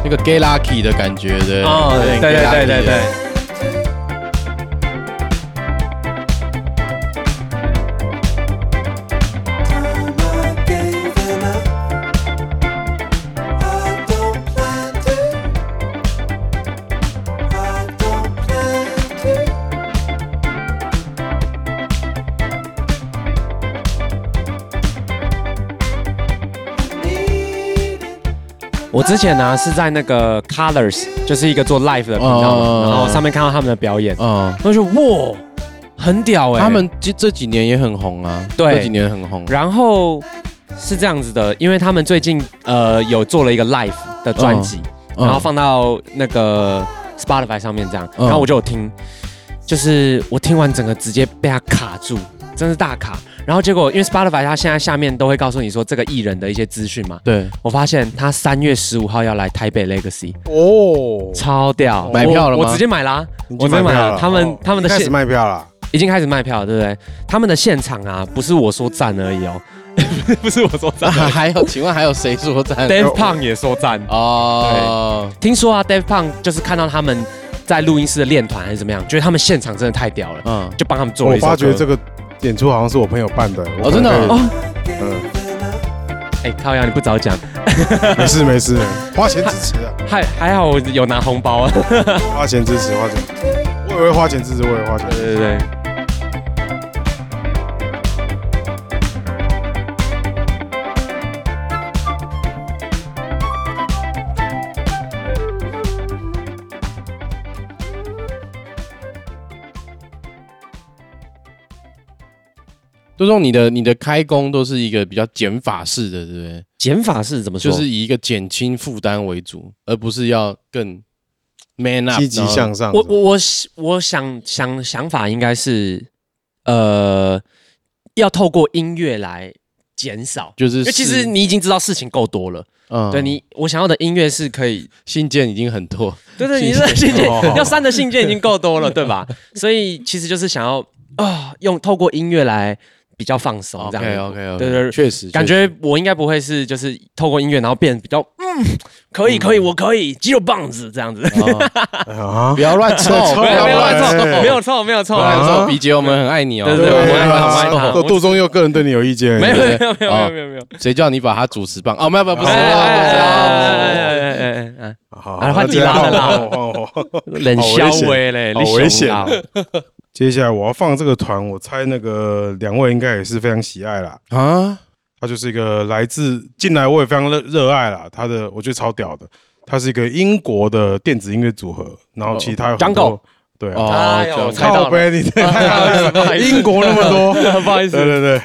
那个 gay lucky 的感觉的
哦对对对对对。
I gave it up. I don't plan to. I don't plan to. Need it.
我之前呢、是在那个 Colors，就是一个做 live 的频道嘛，
哦
然后上面看到他们的表演，
哦
嗯，
我就觉得哇，很屌哎、
他们这这几年也很红啊，
对
这几年很红。
然后是这样子的，因为他们最近呃有做了一个 live 的专辑，
嗯
然后放到那个 Spotify 上面这样，
嗯
然后我就有听，就是我听完整个直接被他卡住，真是大卡。然后结果因为 Spotify 它现在下面都会告诉你说这个艺人的一些资讯嘛，
对，
我发现他三月十五号要来台北 Legacy，
哦，
超屌，
买票了吗
我？我直接买啦、
你已
我
经
直接买
票
了。他们、
哦
他们的
开
现
始卖票了。
已经开始卖票了，对不对？他们的现场啊，不是我说赞而已哦， 不是我说 赞。
还有，请问还有谁说赞？
Dave Pang 也说赞。
哦，
听说啊，Dave Pang 就是看到他们在录音室的练团还是怎么样，觉得他们现场真的太屌了，
嗯，
就帮他们做
我
了一首歌。
发觉这个演出好像是我朋友办的，我
哦真的
可能可以
哦
嗯，
哎、靠呀，你不早讲，
没事没事，花钱支持啊，
还还好我有拿红包啊。
花钱支持，花钱，我也会花钱支持，我也会花钱支持。
对对。
杜仲，你的你的开工都是一个比较减法式的，对不对？
减法是怎么说？
就是以一个减轻负担为主，而不是要更 man up，
积极
然后
向上，
我我我我想想想法应该是，呃，要透过音乐来减少，
就是
因为其
是
实你已经知道事情够多了，
嗯
对你我想要的音乐是可以，
信件已经很多，
对对，你
信
的
件
信件
哦
要删的信件已经够多了，对吧？所以其实就是想要啊、用透过音乐来比较放松，这样
哦 OK，OK，OK，
对对对
确实
感觉我应该不会是就是透过音乐然后变得比较嗯，可以可以，我可以肌肉棒子这样子，
啊
哦不，要乱凑，
不
没有
要
没有
乱
乱
凑
凑，
哎
没有错没有错
不，要乱
啊
凑，比姐我们很爱你哦，
对对对
我们
我
爱他
们爱他
我们爱
我
他
们
杜杜宗佑个人对你有意见，
没有
对
没
对
有没有
哦
没有没有。
谁叫你把他主持棒？哦，没有没有，不是，不是
哎哎哎
不
哎哎哎哎哎
好，
啊换
那
你
这样
拉了啦
换我换我换我
冷
好危
笑
险
微嘞，
好
你
危
熊
险
啦
接下来我要放这个团，我猜那个两位应该也是非常喜爱啦。
是啊，
他就是一个来自进来我也非常热热爱啦，他的我觉得超屌的，他是一个英国的电子音乐组合，然后其他有很多对啊，
哎
哦这
呦
样
哦我猜到啊
靠呗，你太好
不好
了，
意思
英国那么多，
不好意思
对，对对，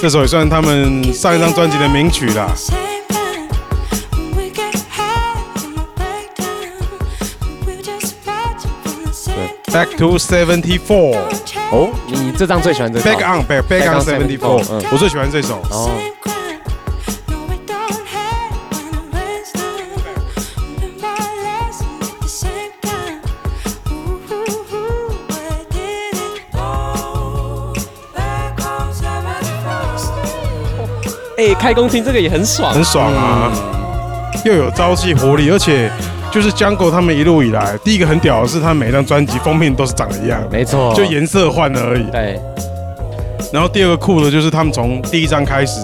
这首也算他们嗯上一张专辑的名曲啦。对，Back to Seventy Four，
哦，你这张最喜欢这张
Back on Back Back on Seventy Four，
嗯
我最喜欢这首。
哦，哎，开工听这个也很爽
很爽啊，又有朝气活力，而且就是江狗他们一路以来，第一个很屌的是，他每张专辑封面都是长一样，
没错，
就颜色换了而已。
对，
然后第二个酷的就是他们从第一张开始，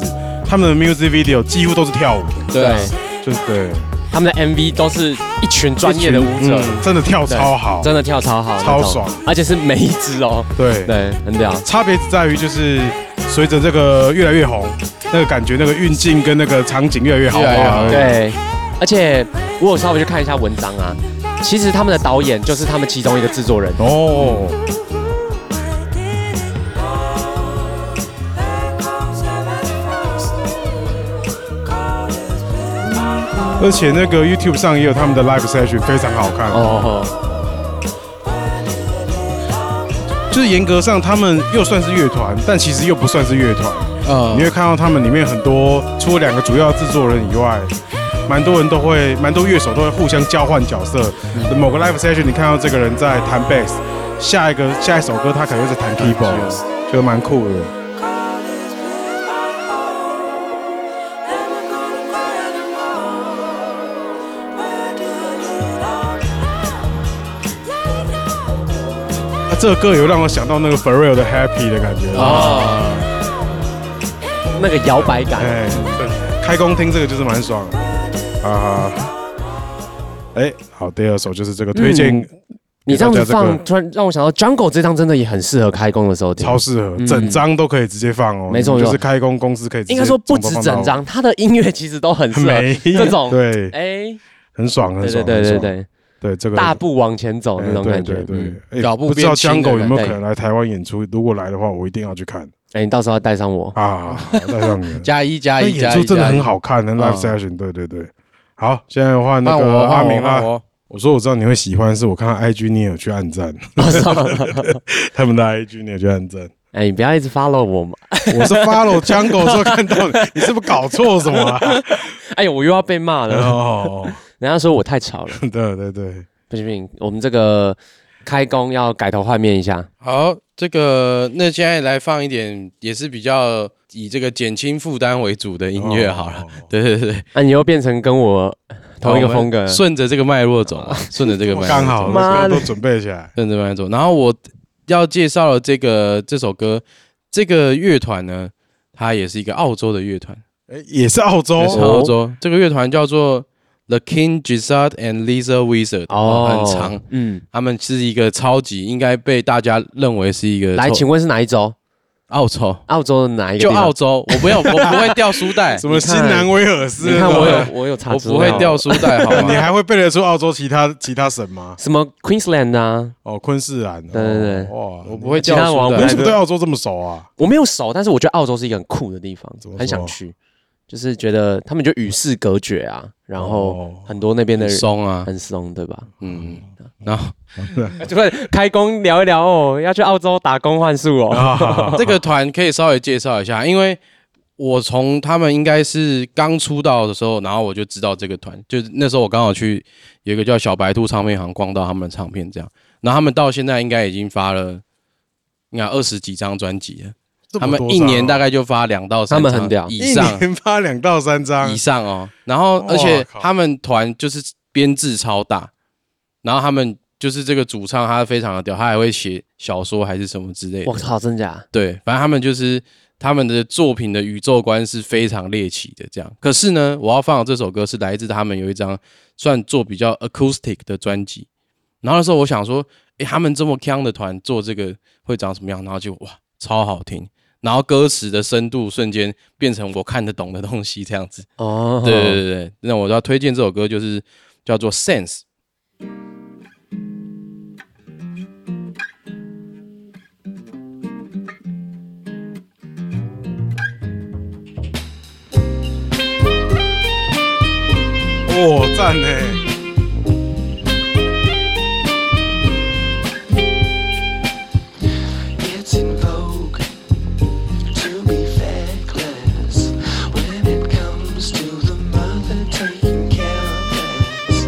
他们的 music video 几乎都是跳舞的，
对，
就是对
他们的 MV 都是一群专业的舞者，
嗯真的跳超好，
真的跳超好，
超爽，
而且是每一支哦，
对。
对，很屌，
差别只在于就是随着这个越来越红，那个感觉、那个运镜跟那个场景越来越好
越来越好
而已
对，而且我有稍微去看一下文章啊，其实他们的导演就是他们其中一个制作人，
哦，而且那个 YouTube 上也有他们的 live session，非常好看。
哦，
就是严格上，他们又算是乐团，但其实又不算是乐团。你
嗯，
会看到他们里面很多，除了两个主要制作人以外，蛮多人都会，蛮多乐手都会互相交换角色。某个 live session，你看到这个人在弹 bass，下一个下一首歌他可能会在弹 keyboard，觉得蛮酷的。那啊这个歌有让我想到那个 f e r r e l l 的 Happy 的感觉
哦，那个摇摆感，
哎，对，开工听这个就是蛮爽的啊。哎，好，第二首就是这个推荐，
你这样子
给大家这
放
个，
突然让我想到 Jungle 这张真的也很适合开工的时候听，
超适合，整张都可以直接放哦。
嗯没错
你们就
没
是
错
开工公司可以直接
应该说不止
从头放到
整
尾，
张，他的音乐其实都很适合
没
这种，
对，
哎，
很爽，很
对
爽，
对对
很
对
爽
对，
对，这个
大步往前走
哎
那种
对
感觉
对，对
嗯，
哎
脚步
不知道
变轻
江
的
狗有
感
没有
觉
可能来台湾演出？如果来的话，我一定要去看
哎，你到时候要带上我，
啊！ 好带上你了，
加一加
那
一
演
加
出
一，
真的
加一
很，好看，那 live session，对对对。好，现在换那
嗯换
个
我
阿明
啊
啦。，我说我知道你会喜欢，是我看到 IG 你也有去按 赞， 他们的 IG 你有去按赞。
哎，你不要一直 follow 我嘛，
我是 follow 江狗之后看到你，你是不是搞错什么啊？
哎呦，我又要被骂
哎
了，
哦，
人家说我太吵了，
对对对，
不行不行，我们这个开工要改头换面一下，
好，这个那现在来放一点，也是比较以这个减轻负担为主的音乐好了。
哦
对对对，对
那啊你又变成跟我同一个
好我们
风格，
顺着这个脉络 走啊，顺着这个脉络走
刚好
妈
那
的
个都准备起来。
顺着脉络走。然后我要介绍的这个这首歌，这个乐团呢，它也是一个澳洲的乐团，
哎，也是澳
哦
洲
也，是澳洲。这个乐团叫做 The King Gizzard and Lisa Wizard，
哦，
很长。，
嗯，
他们是一个超级应该被大家认为是一个
来，
臭
请问是哪一州？
澳洲，
澳洲的哪一个？
就澳，洲，我不要，我不会掉书袋，
什么新南威尔斯？
你看我有我有查
我
资料，
不会掉书袋，好
你
吗？
还会背得出澳洲其他其他省吗？
什么 Queensland 啊，
哦，昆士兰。对
对对对
哇，
我不会
其
掉
他
书
王
你为什
袋
么对澳洲这么熟啊？
我没有熟，但是我觉得澳洲是一个很酷的地地方
怎么，说
很想去。就是觉得他们就与世隔绝啊，然后
哦
很多那边的
很
人
松啊，
很松，对吧？
嗯，然后
就会开工聊一聊哦，要去澳洲打工换宿哦。
啊，
这个团可以稍微介绍一下，因为我从他们应该是刚出道的时候，然后我就知道这个团，就是那时候我刚好去有一个叫小白兔唱片行逛到他们的唱片，这样，然后他们到现在应该已经发了，应该二十几张专辑了，
这么
他们
多
一
张
年大
哦
概就发两到三
他
张，
们很屌
以
一
上
年发两到三张
以，上哦，然后
哇
而且
靠
他们团就是编制超大，然后他们就是这个主唱他非常的屌，他还会写小说还是什么之类的
我，靠，真假？
对，反正他们就是他们的作品的宇宙观是非常猎奇的这样。可是呢，我要放的这首歌是来自他们有一张算做比较 acoustic 的专辑。然后那时候我想说，诶，他们这么强的团做这个会长什么样？然后就哇，超好听。然后歌词的深度瞬间变成我看得懂的东西，这样子。
哦，
对对对对，那我要推荐这首歌就是叫做《Sense》。
哇，赞呢！
It's in vogue to be feckless when it comes to the mother taking care of us.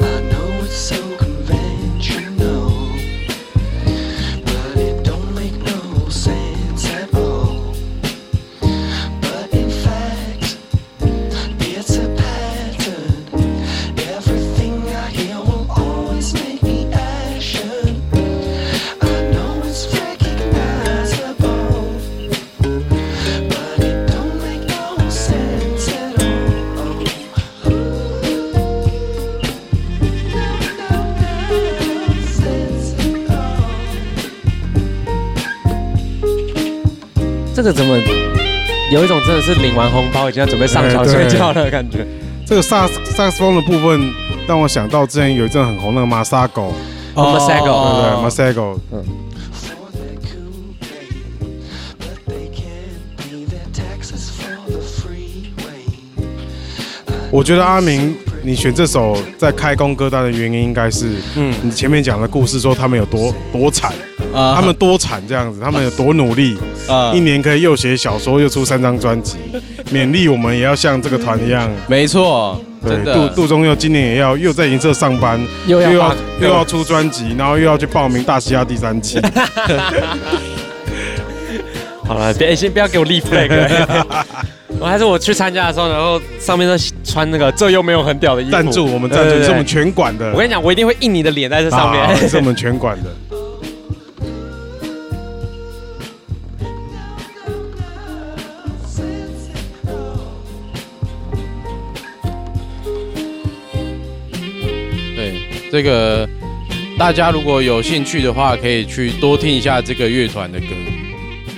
I know it's so conventional, but it don't make no sense at all. But in fact, it's a pattern. Everything I hear will always make me action. I know it's recognizable, but it don't make no sense at all. No sense at all.
这个怎么有一种真的是领完红包已经要准备上床
哎对
睡觉了的感觉？
这个萨萨克斯风的部分让我想到之前有一阵很红那个马萨狗，
我们哦三个
哦对不对？马萨狗，
for their coupe, but they can't pay their taxes for the freeway.
我觉得阿明你选这首在开工歌单的原因应该是，嗯，你前面讲的故事说他们有多多惨，
啊
他们多惨这样子，他们有多努力，
啊
一年可以又写小说又出三张专辑，勉励我们也要像这个团一样。
没错，
对
真，
杜
的，
杜宗佑今年也要又在银色上班，
又要
又
发
要又要出专辑，然后又要去报名大西亚第三 期。
好了，别先不要给我 立 flag 了。我还是我去参加的时候，然后上面都穿那个这又没有很屌的衣服。
赞助我们赞
对
助
对对
是我们全馆的，
我跟你讲，我一定会印你的脸在这上
啊
面。
是我们全馆 的。
对，这个大家如果有兴趣的话，可以去多听一下这个乐团的歌。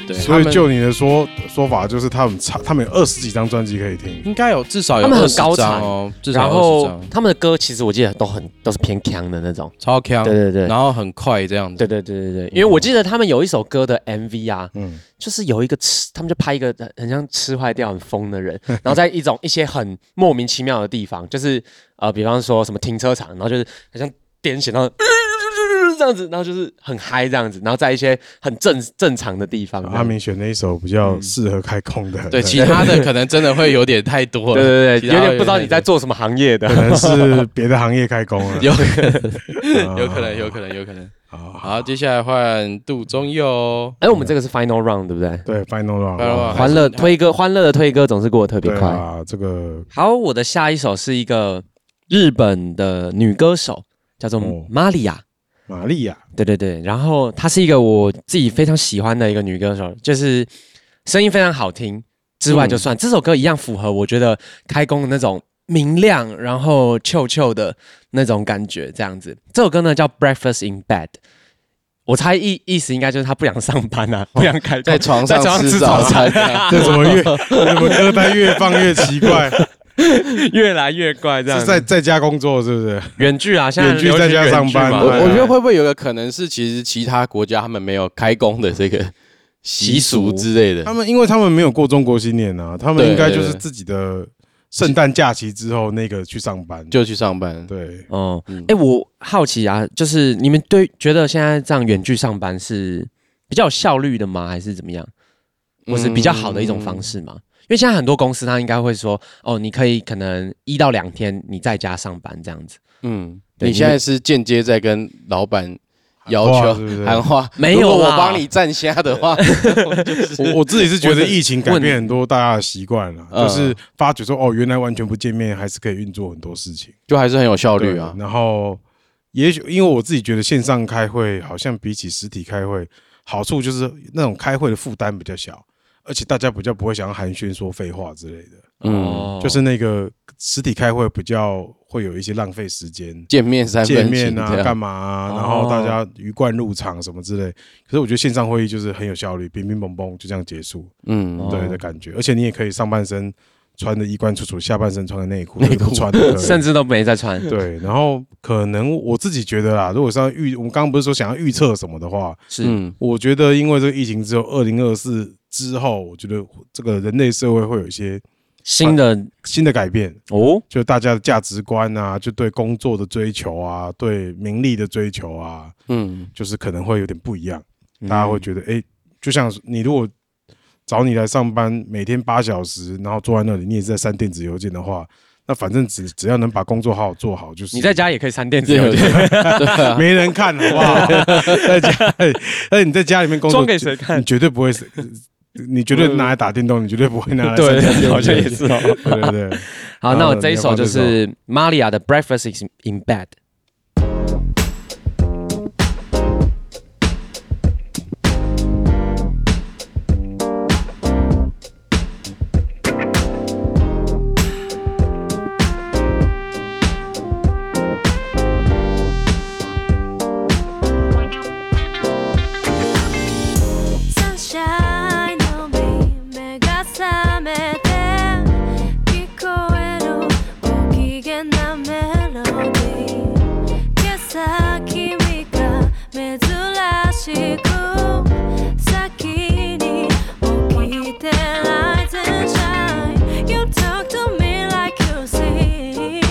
对，
所
他
以
们
就你的说说法，就是他们差，他们有二十几张专辑可以听。
应该有至少有
他们很
20
高
张哦，至少
然
二十
后
张，
他们的歌其实我记得都很都是偏强的那种。
超
哦
强，
对对对
然后很快这样子。
对对对对对，因为我记得他们有一首歌的 MV 啊，
嗯，
就是有一个吃，他们就拍一个很很像吃坏掉、很 疯的人，然后在一种一些很莫名其妙的地方，就是呃，比方说什么停车场，然后就是很像癫痫，然后 这样子，然后就是很嗨这样子，然后在一些很正正常的地方这样。
阿明选了一首比较适合开工的，
对，其他的可能真的会有点太多了。
对对对，
其他
有
的。
点不知道你在做什么行业的
可。能是别的行业开工 了
有可能，
啊
有可能，有可能，有可能。
哦
好，
好，接下来换杜宗佑，
哎，我们这个是 final round 对不对？
对，Final Round，啊
Final Round
欢乐推歌，欢乐的推歌总是过得特别
对
快。
啊，这个
好，我的下一首是一个日本的女歌手，叫做
哦
玛利亚。
玛利 亚，
对对对，然后她是一个我自己非常喜欢的一个女歌手，就是声音非常好听之外，就
嗯
算、这首歌一样符合我觉得开工的那种明亮，然后臭臭的那种感觉，这样子。这首歌呢叫《Breakfast in Bed》。我猜意意思应该就是她不想上班 啊，不想开工
在床上
在床上
吃
吃
早
早餐，
这怎么越 怎么歌单越放越奇怪？
越来越怪 这样
是
子。
在在家工作是不是？
远距啊，现在
远距在家
流行远
上
距
班
嘛
我
对啊
我觉得会不会有个可能是，其实其他国家他们没有开工的这个习俗之类的
他。们因为他们没有过中国新年啊，他们
对
应该就
对
是
对
自己的圣诞假期之后那个去上班，
就去上班，
对。
哦，
嗯
哎、我好奇啊，就是你们对觉得现在这样远距上班是比较有效率的吗，还是怎么样，
嗯
或是比较好的一种方式吗？
嗯
因为现在很多公司它应该会说，哦，你可以可能一到两天你在家上班这样子，
嗯，
对
你现在是间接在跟老板要
话
求
是不是
喊话，
没有
如果我
啦
帮你站虾的话，
我我自己是觉得疫情改
问
变很多大家的习惯了，
嗯
就是发觉说哦，原来完全不见面还是可以运作很多事情。
就还是很有效率
对
啊。
然后也许因为我自己觉得线上开会好像比起实体开会，好处就是那种开会的负担比较小，而且大家比较不会想要寒暄说废话之类的。
嗯，
哦，
就是那个实体开会比较会有一些浪费时间。
见面三
见
分情
面啊
这，
干
样，
嘛啊？
哦
然后大家鱼贯入场什么之类。可是我觉得线上会议就是很有效率，乒乒乓乓就这样结束，
嗯，
哦
对的感觉。而且你也可以上半身穿的衣冠楚楚，下半身穿的内裤，内裤穿的，
甚至都没在穿，
对，然后可能我自己觉得啦，如果是要预，我们刚刚不是说想要预测什么的话，
是、
嗯，
我觉得因为这个疫情之后，二零二四之后，我觉得这个人类社会会有一些
新的
新的改变，
哦，
就大家的价值观啊，就对工作的追求啊，对名利的追求啊，
嗯，
就是可能会有点不一样。
嗯
大家会觉得，哎、就像你如果找你来上班，每天八小时，然后坐在那里，你也是在删电子邮件的话，那反正只只要能把工作好好做好，就是
你在家也可以删电子
对
邮件，
对 啊，
没人看，好不好？在家， 但你在家里面工作，
装给谁看
你？绝对不会是，你绝对拿来打电动，你绝对不会拿来删掉。
对，好像也是哦。
对对对，
好，那我这一
好
首
嗯你要放
就
这首
是 Maria 的 Breakfast is in Bed。
サンシャインのみ目が覚めて聞こえるご機嫌なメロディー今朝君が珍しく先に起きて Rise and shine You talk to me like you see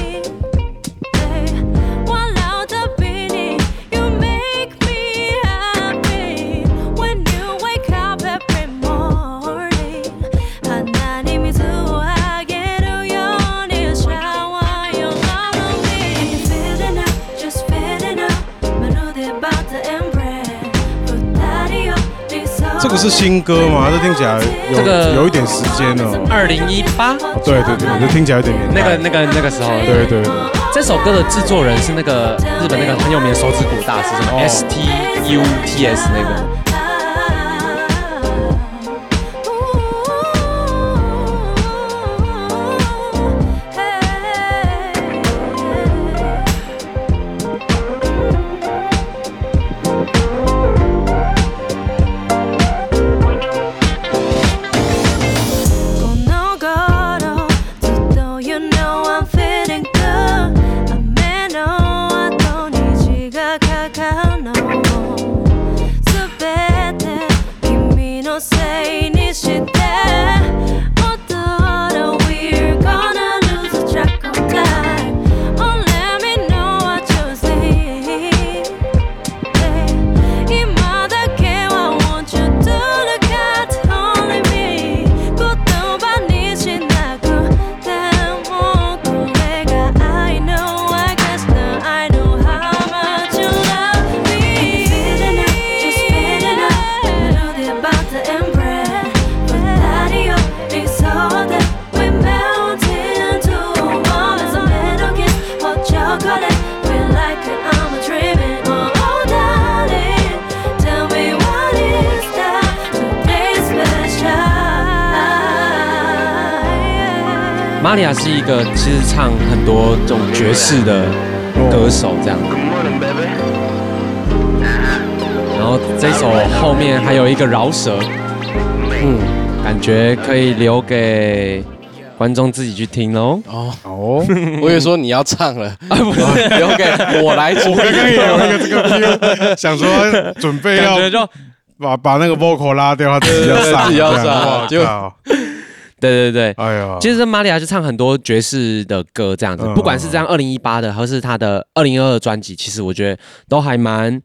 我老的比你，You make me happy when you wake up every morning。花に水をあげるように shower your love on me。Feeling up, just feeling up，まるでバターエンブレ。二人を理想の。
这个是新歌吗？这听起来有、
这个
有一点时间哦。
二零一八
对对对，这听起来有点年代
那个、那个、那个时候，啊
对对对，
这首歌的制作人是那个日本那个很有名的手指鼓大师，什
哦
么 S T U T S 那个。
この頃ずっと You know I'm feeling good 雨の後虹がかかるのも全て君のせいにして踊る We're gonna lose the track of time Oh let me know what you see 今だけは want you to look at only me 言葉にしなくてもこれが I know I guess now I know how much you love me feeling up just feeling up メロディーバターエンブレ二人を理想で We melt into one as a middle kiss hot chocolate We like it I'm a dreaming oh oh darling Tell me what is that today special
玛利亚是一个其实唱很多这种爵士的歌手这样，然后这首后面还有一个饶舌，嗯，感觉可以留给观众自己去听喽。
哦，
我也说你要唱了， 不是留给我来主
我刚刚也有那个这个 feel，想说准备
感
要
觉就
把把那个 vocal 拉掉，他自己要上，
自己要上
这样
结果
哇靠
对对对，
哎呀，
其实玛利亚就唱很多爵士的歌，这样子
嗯，
不管是这样二零一八的，还是他的二零二二专辑，其实我觉得都还蛮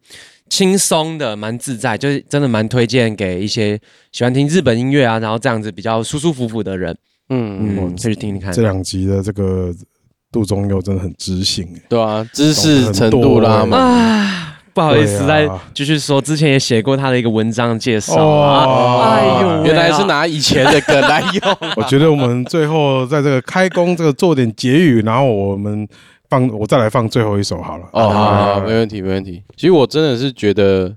轻松的，蛮自在，就是真的蛮推荐给一些喜欢听日本音乐啊，然后这样子比较舒舒服服的人，
嗯，
嗯，可以去听听看
这。两集的这个杜忠佑真的很知性哎，
对啊，知识程度啦嘛，
啊，不好意思，
对
再
啊
继续说，之前也写过他的一个文章介绍
哦
啊，哎呦喂啊，
原来是拿以前的梗来用。
哎我觉得我们最后在这个开工这个做点结语，然后我们放我再来放最后一首好了。
哦，好好，好
啊
来
没问题，没问题。其实我真的是觉得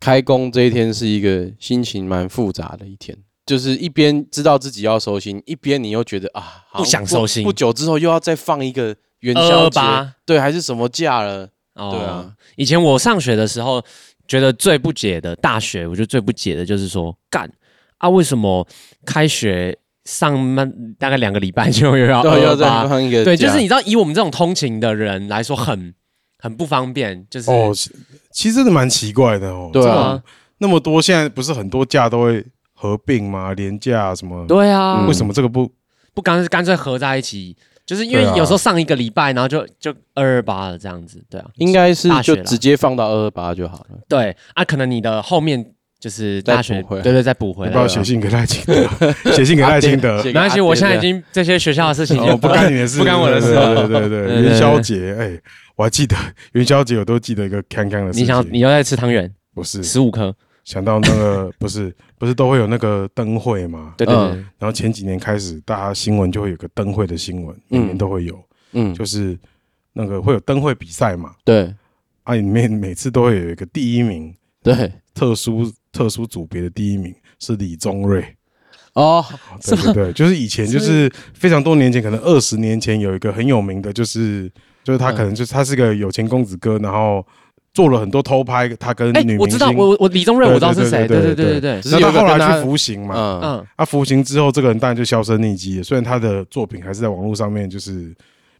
开工这一天是一个心情蛮复杂的一天，就是一边知道自己要收心，一边你又觉得啊，好像
不想收心
不久之后又要再放一个元宵节
228，
对，还是什么假了？
哦
对啊，
以前我上学的时候，觉得最不解的大学，我觉得最不解的就是说，干啊，为什么开学上慢大概两个礼拜就又要
对，啊又要再
228
放一个假，
啊对，就是你知道，以我们这种通勤的人来说很，很不方便，就是、
哦，其其实真的蛮奇怪的哦。
对
对
啊
啊，
那么多现在不是很多假都会合并吗？连假啊什么？
对啊，
为什么这个不？
不干干脆合在一起？就是因为
对啊
有时候上一个礼拜，然后就就二二八了这样子，对啊，
应该是
大学
就
啦
直接放到二二八就好了。
对啊，可能你的后面就是大
再
学，
补回来
对对，再补回
要
来
不要
了。
写信给赖清德？写信给赖清德。
写
没
给阿
关系，我现在已
爹
经这些学校的事情
哦，不干你的事，
不干我的事
对
了。
对对对，
对对对
元宵节，哎，我还记得元宵节，我都记得一个康康的事情。
你想，你又在吃汤圆，
不是
十五颗，
想到那个不是不是都会有那个灯会吗？
对对对，
然后前几年开始，大家新闻就会有个灯会的新闻，里面都会有，
嗯，
就是那个会有灯会比赛嘛，
对
啊，里面每次都会有一个第一名，
对
特殊特殊组别的第一名是李宗瑞，
哦，
对对对，就是以前就是非常多年前，可能二十年前有一个很有名的，就是就是他可能就是他是个有钱公子哥，然后做了很多偷拍，他跟
哎
女，
我
明
知道，
星，
我我李宗瑞我知道是谁，
对对对
对对
对
对对对，
只
然
是
后
有一个
他后
跟
来
他
去服刑嘛，
嗯
嗯，
他服刑之后，这个人当然就销声匿迹了。虽然他的作品还是在网络上面就是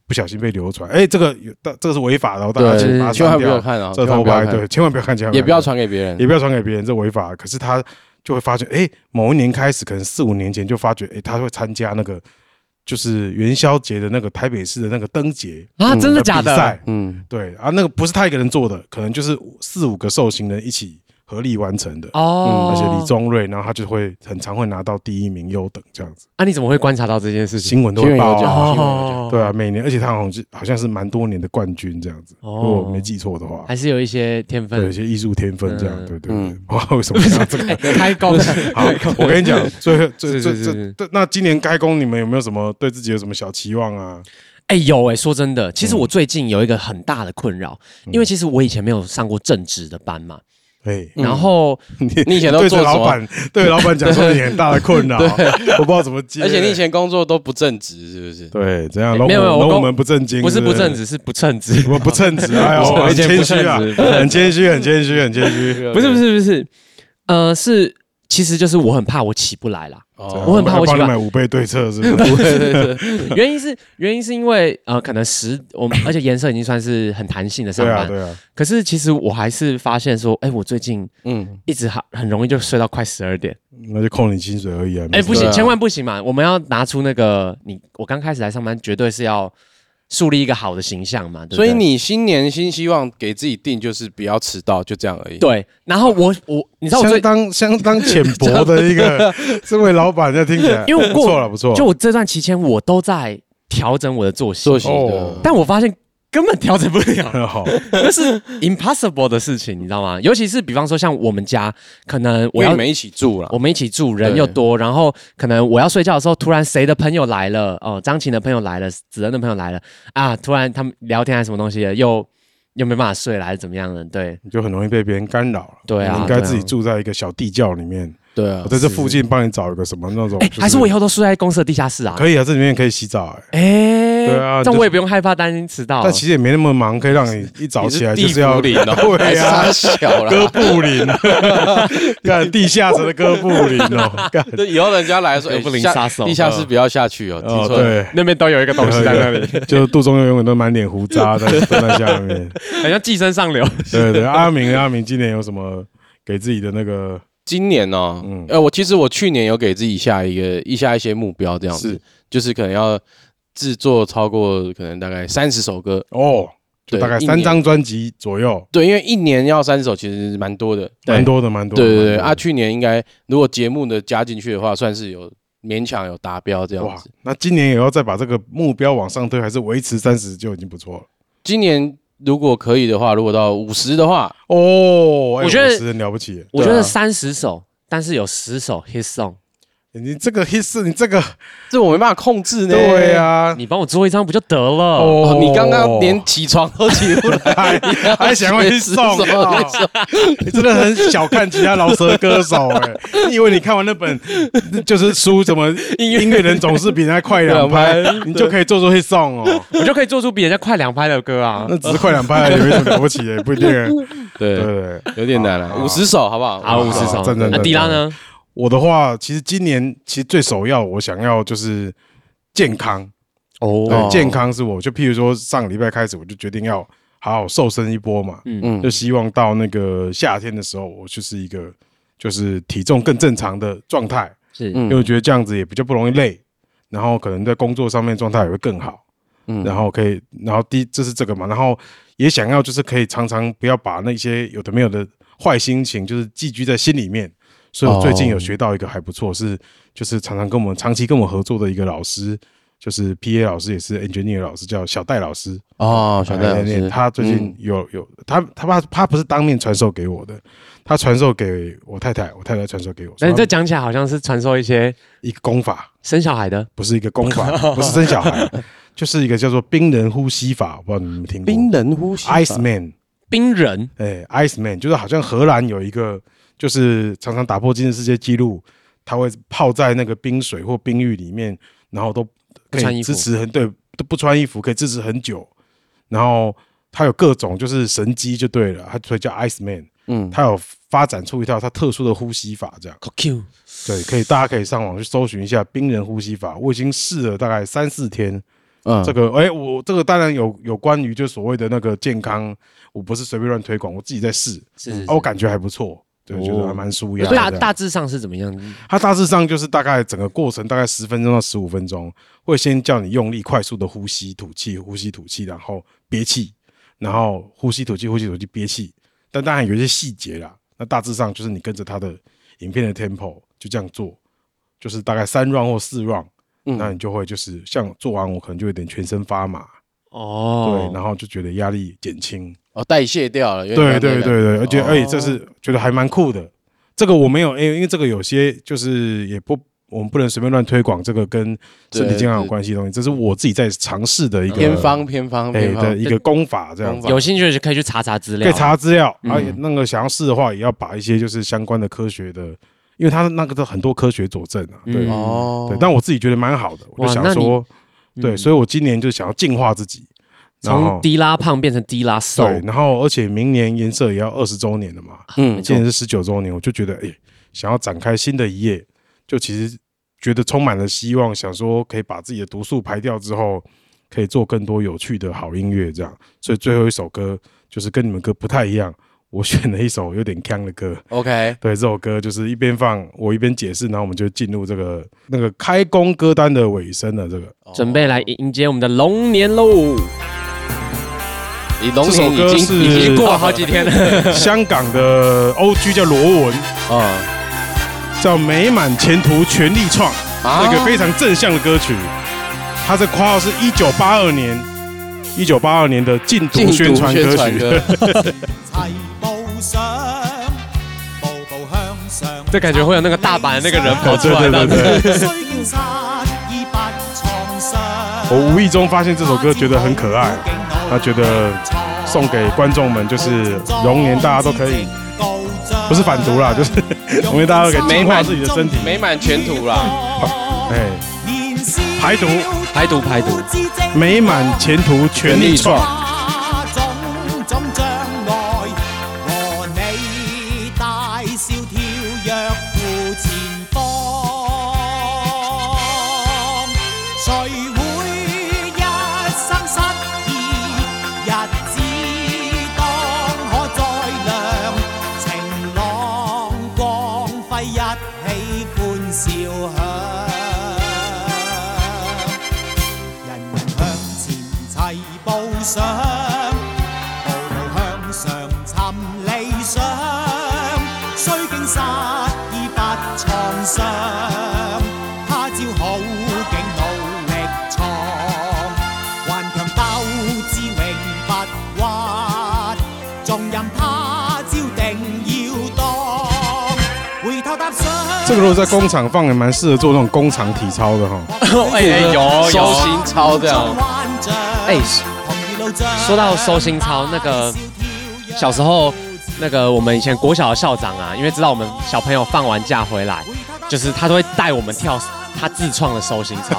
不小心被流传，哎、这个有，但这个是违法的哦，大家
对
请把它
千万
删
不要
掉。
看啊，
这
千万
偷
不要
拍，
看
对，千万不要看，千万
也不要
看，
传给别人
也。不要传给别人，这违法。可是他就会发觉，哎、某一年开始，可能四五年前就发觉，哎、他会参加那个就是元宵节的那个台北市的那个灯节
啊，真的假
比
的？
赛，
嗯，
对啊，那个不是他一个人做的，可能就是四五个受刑人一起合力完成的。
哦，
嗯而且李宗瑞，然后他就会很常会拿到第一名优等这样子。
啊，你怎么会观察到这件事情？
新闻都
新
会
闻有
报
讲
哦
啊、
新闻有讲
对啊，每年，而且他好像是好像是蛮多年的冠军这样子，
哦
如果我没记错的话，
还是有一些天
对，有一
分。
些艺术天分这样，
嗯
对对对
嗯。
哇，为什么讲到这个？
开工，
好，我跟你 讲，最后最
是
最
是
最
是
最，那今年开工，你们有没有什么对自己有什么小期望啊？
哎，有哎，说真的，其
嗯
实我最近有一个很大的困扰，因为其实我以前没有上过正职的班嘛，
哎，
然后
你以前 都
对
做
着
什
老
么？
板，对着老板讲说你很大的困扰，我不知道怎么接。
而且你以前工作都不正直，是不是？
对怎样？
哎
龙
没有没有
我
我
龙我
公
们不正经，
不是不正
直，
职，是不称职
我。们不称 职，哎呦，
不是
很
以前不哦
谦虚啊
称职，
很谦虚，很谦虚，很谦 虚。
不是不是不是，呃，是其实就是我很怕我起不来啦。
哦，
我很怕我
啊帮
喜
你
欢
买五倍对策，是不是？
原因是原因是因为呃，可能时我们而且颜色已经算是很弹性的上
对啊，
班，
对啊，
可是其实我还是发现说，哎、我最近
嗯，
一直很很容易就睡到快十二点。
那就扣你薪水而已啊。
哎、
没事
不行，
啊
千万不行嘛！我们要拿出那个你，我刚开始来上班，绝对是要树立一个好的形象嘛。对不
所以
对
你新年新希望给自己定就是不要迟到，就这样而已。，
对，然后我我你知道我
相
最
当相当浅薄的一 个，身为老板，这听起来
因为我
不
过
错了，不错。
就我这段期间我都在调整我的作息，
作息的
哦。
但我发现根本调整不了。
很 好，
那是 impossible 的事情，你知道吗？尤其是比方说像我们家，可能
因
我
为
要
你们一起住了
我，们一起住，人又多，然后可能我要睡觉的时候，突然谁的朋友来了，哦、张琴的朋友来了，子恩的朋友来了啊，突然他们聊天还是什么东西的，又又没办法睡了，还是怎么样的？对
你就很容易被别人干扰了。
对啊
你应该
对啊呃
自己住在一个小地窖里面，
对啊
我，在这附近帮你找一个什么那种
哎、，
就
还是我以后都睡在公司的地下室啊？
可以啊，这里面可以洗澡。哎
哎、
对啊
这
就
样
是
我也不用害怕担心迟到。
但其实也没那么忙，可以让你一早起来
地
就是要
府 里哦，
对
还
呀，
小
哥
了。
布林，干地下城的哥布林哦，干
对，以后人家来说，哎
哥布，林
下
杀手
地下室不要下去哦，听
哦
说
对。啊
那边都有一个东西在那里，
就是杜忠佑永远都满脸胡渣，但是都在下面。
很像寄生上流。
对对，阿明阿明今年有什么给自己的那个
今年呢、哦，
嗯
呃，我其实我去年有给自己下一个一下一些目标，这样子
是，
就是可能要制作超过可能大概三十首歌，
哦，就
对
大概
一
三
年
张专辑左右，
对，因为一年要三十首其实蛮多的，
蛮多的，蛮多的。
对对对
蛮多的
啊，去年应该如果节目的加进去的话，算是有勉强有达标这样
哇
子。，
那今年也要再把这个目标往上推，还是维持三十就已经不错了。
今年如果可以的话，如果到五十的话，
哦，哎
我觉得
50很了不起耶，
我觉得三十首，但是有十首 hit song，
你这个 hits，你这个
这我没办法控制呢。
对啊呀，
你帮我做一张不就得了？
哦，你刚 刚连起床都起不来，你要
还想要去送
学什么
哦你真的很小看其他饶舌歌手哎、你以为你看完那本 就是书，怎么音乐人总是比人家快两拍，你就可以做出 hit song 哦？
我就可以做出比人家快两拍的 歌啊！
那只是快两拍而已，没什么了不起的、不一定、欸。对哦
对，
对对，
有点难了，
好
五十首好不好？
啊，五十首
赞赞，
那
赞
迪拉呢？
我的话，其实今年其实最首要，我想要就是健康。
哦
对，，健康是我就譬如说上个礼拜开始，我就决定要好好瘦身一波嘛，
嗯
嗯，就希望到那个夏天的时候，我就是一个就是体重更正常的状态，
是
嗯
因为我觉得这样子也比较不容易累，然后可能在工作上面状态也会更好，
嗯
然后可以，然后第一这是这个嘛，然后也想要就是可以常常不要把那些有的没有的坏心情就是寄居在心里面。所以我最近有学到一个还不
哦
错，是就是常常跟我们长期跟我合作的一个老师，就是 P A 老师也是 engineer 老师，叫小戴老师。
哦，小戴老
哎
师，嗯
他最近有有他他爸他不是当面传授给我的，他传授给我太太，我太太传授给我。
那你
所
这
以他
讲起来好像是传授一些
一个功法，
生小孩的
不是一个功法，不是生小孩，就是一个叫做冰人呼吸法，我不知道你们有没有听过。
冰冷呼吸
Ice Man，
冰人
哎，Ice Man 就是好像荷兰有一个，就是常常打破吉尼斯世界纪录，他会泡在那个冰水或冰浴里面，然后都可
不穿衣
以
服
支持很对，都不穿衣服可以支持很久，然后他有各种就是神机就对了，他所以叫 Ice Man，
嗯
他有发展出一套他特殊的呼吸法，这样
Q
对，可以大家可以上网去搜寻一下冰人呼吸法，我已经试了大概三四天，
嗯
这个，哎、我这个当然有有关于就所谓的那个健康，我不是随便乱推广，我自己在试，
是哦是
哦，我感觉还不错，对，我觉得还蛮舒压的这
大
样。
大致上是怎么样？
它大致上就是大概整个过程大概十分钟到十五分钟，会先叫你用力快速的呼吸吐气，呼吸吐气，然后憋气，然后呼吸吐气，呼吸吐气憋气。但当然有一些细节啦，那大致上就是你跟着它的影片的 tempo 就这样做，就是大概三 round 或四 round，、那你就会就是像做完我可能就有点全身发麻，
哦
对，，然后就觉得压力减轻。
哦代谢掉了，有点
对对
像
对
那
对，而
个
且哎
哦
而且这是觉得还蛮酷的。这个我没有，因为因为这个有些就是也不，我们不能随便乱推广这个跟身体健康有关系的东西，这是我自己在尝试的一个
偏方偏方
哎
偏
的
方
一个功法，这样
功
子
法嗯
有兴趣就可以去查查资
可
料，
以查资料啊。也那个想要试的话，也要把一些就是相关的科学的，因为它那个都很多科学佐证啊，对
嗯
哦
对。，但我自己觉得蛮好的，我就
哇
想
那你
说，
嗯
对，所以我今年就想要进化自己，然后
从低拉胖变成低拉瘦，嗯
对，然后而且明年颜色也要二十周年了嘛，
嗯
今年是十九周年，我就觉得哎、诶想要展开新的一页，就其实觉得充满了希望，想说可以把自己的毒素排掉之后，可以做更多有趣的好音乐这样。所以最后一首歌就是跟你们歌不太一样，我选了一首有点腔的歌。
，OK，
对，这首歌就是一边放我一边解释，然后我们就进入这个那个开工歌单的尾声了。这个
准备来迎接我们的龙年喽！
你龙年
这首歌
已
是
经已
已
经
经
过了
过了
好
好
几
几 天了，
香港的 OG 叫罗文，
啊
叫《美满前途全力创》，
啊
是一个非常正向的歌曲。它的括号是一九八二年，一九八二年的禁毒宣传歌曲。
齊步上，步步向上。
这感觉会有那个大阪那个人跑出
啊对
来
对对对，
的。
雖然失意不創傷，
我无意中发现这首歌，觉得很可爱，那觉得送给观众们就是龙年大家都可以，不是反毒啦，就是 龙年大家都可以净化自己的身体，
美满前途啦，
哎，排毒，
排毒排毒，
美满前途全力创。
誰會一生失意？日子當可再亮，晴朗。想，步步向上尋理想，雖經失意不創傷，他朝好景努力闖，頑強鬥志永不屈，重任他朝定要當，回頭踏上。
这个如果在工厂放，也蛮适合做那种工厂体操的哈。
哎有
手
有心操这样，
哎、说
说
到收心操，那个小时候，那个我们以前国小的校长啊，因为知道我们小朋友放完假回来，就是他都会带我们跳他自创的收心 操，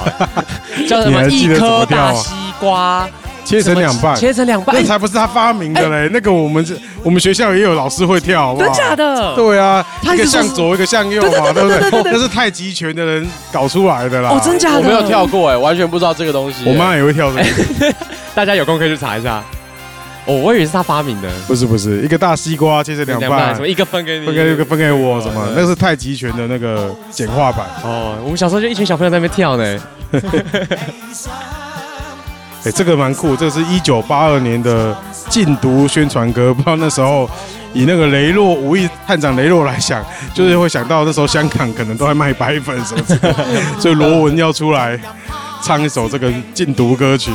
叫什
你
么
还
一
记得怎么
颗
跳啊
大西瓜
切成两半，
切成两半，
那
哎
才不是他发明的嘞。那个我们这我们学校也有老师会跳，好不好？
真假的？
对啊，
他
一
一
个
直说
向左，一个向右嘛，对不对？那是太极拳的人搞出来的啦。
哦，真假的？
我没有跳，过哎，完全不知道这个东西。
我妈也会跳这个，
大家有空可以去查一下。哦，我以为是他发明的，
不是不是，一个大西瓜切成两半
什么，一个分给你，
分给分给我什么？那是太极拳的那个简化版。
哦，我们小时候就一群小朋友在那边跳呢。
哎，这个蛮酷，这是一九八二年的禁毒宣传歌，不知道那时候以那个雷洛无意探长雷洛来想，就是会想到那时候香港可能都在卖白粉什么之类的，所以罗文要出来唱一首这个禁毒歌曲。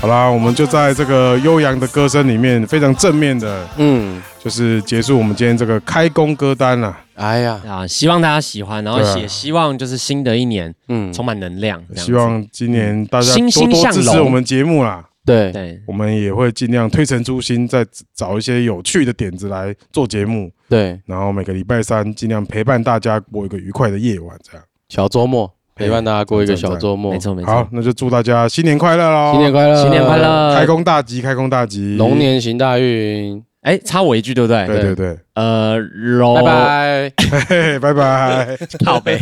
好啦，我们就在这个悠扬的歌声里面，非常正面的，
嗯，
就是结束我们今天这个开工歌单啦、
哎呀，
啊，希望大家喜欢，然后
对啊
也希望就是新的一年
嗯，
充满能量。这样子嗯
希望今年大家
欣
多
欣
多
向
支持
荣
我们节目啦。
对，
对
我们也会尽量推陈出新，再找一些有趣的点子来做节目，
对，
然后每个礼拜三尽量陪伴大家过一个愉快的夜晚，这样。
小周末陪伴大家过一个小周末
没，错没
好
错，，
那就祝大家新年快乐喽！
新年快乐，
新年快，乐！
开工大吉，开工大吉，
龙！年行大运，
哎，插我一句对不对？
对对对，
呃，柔
拜拜。
嘿嘿，拜拜。
靠背。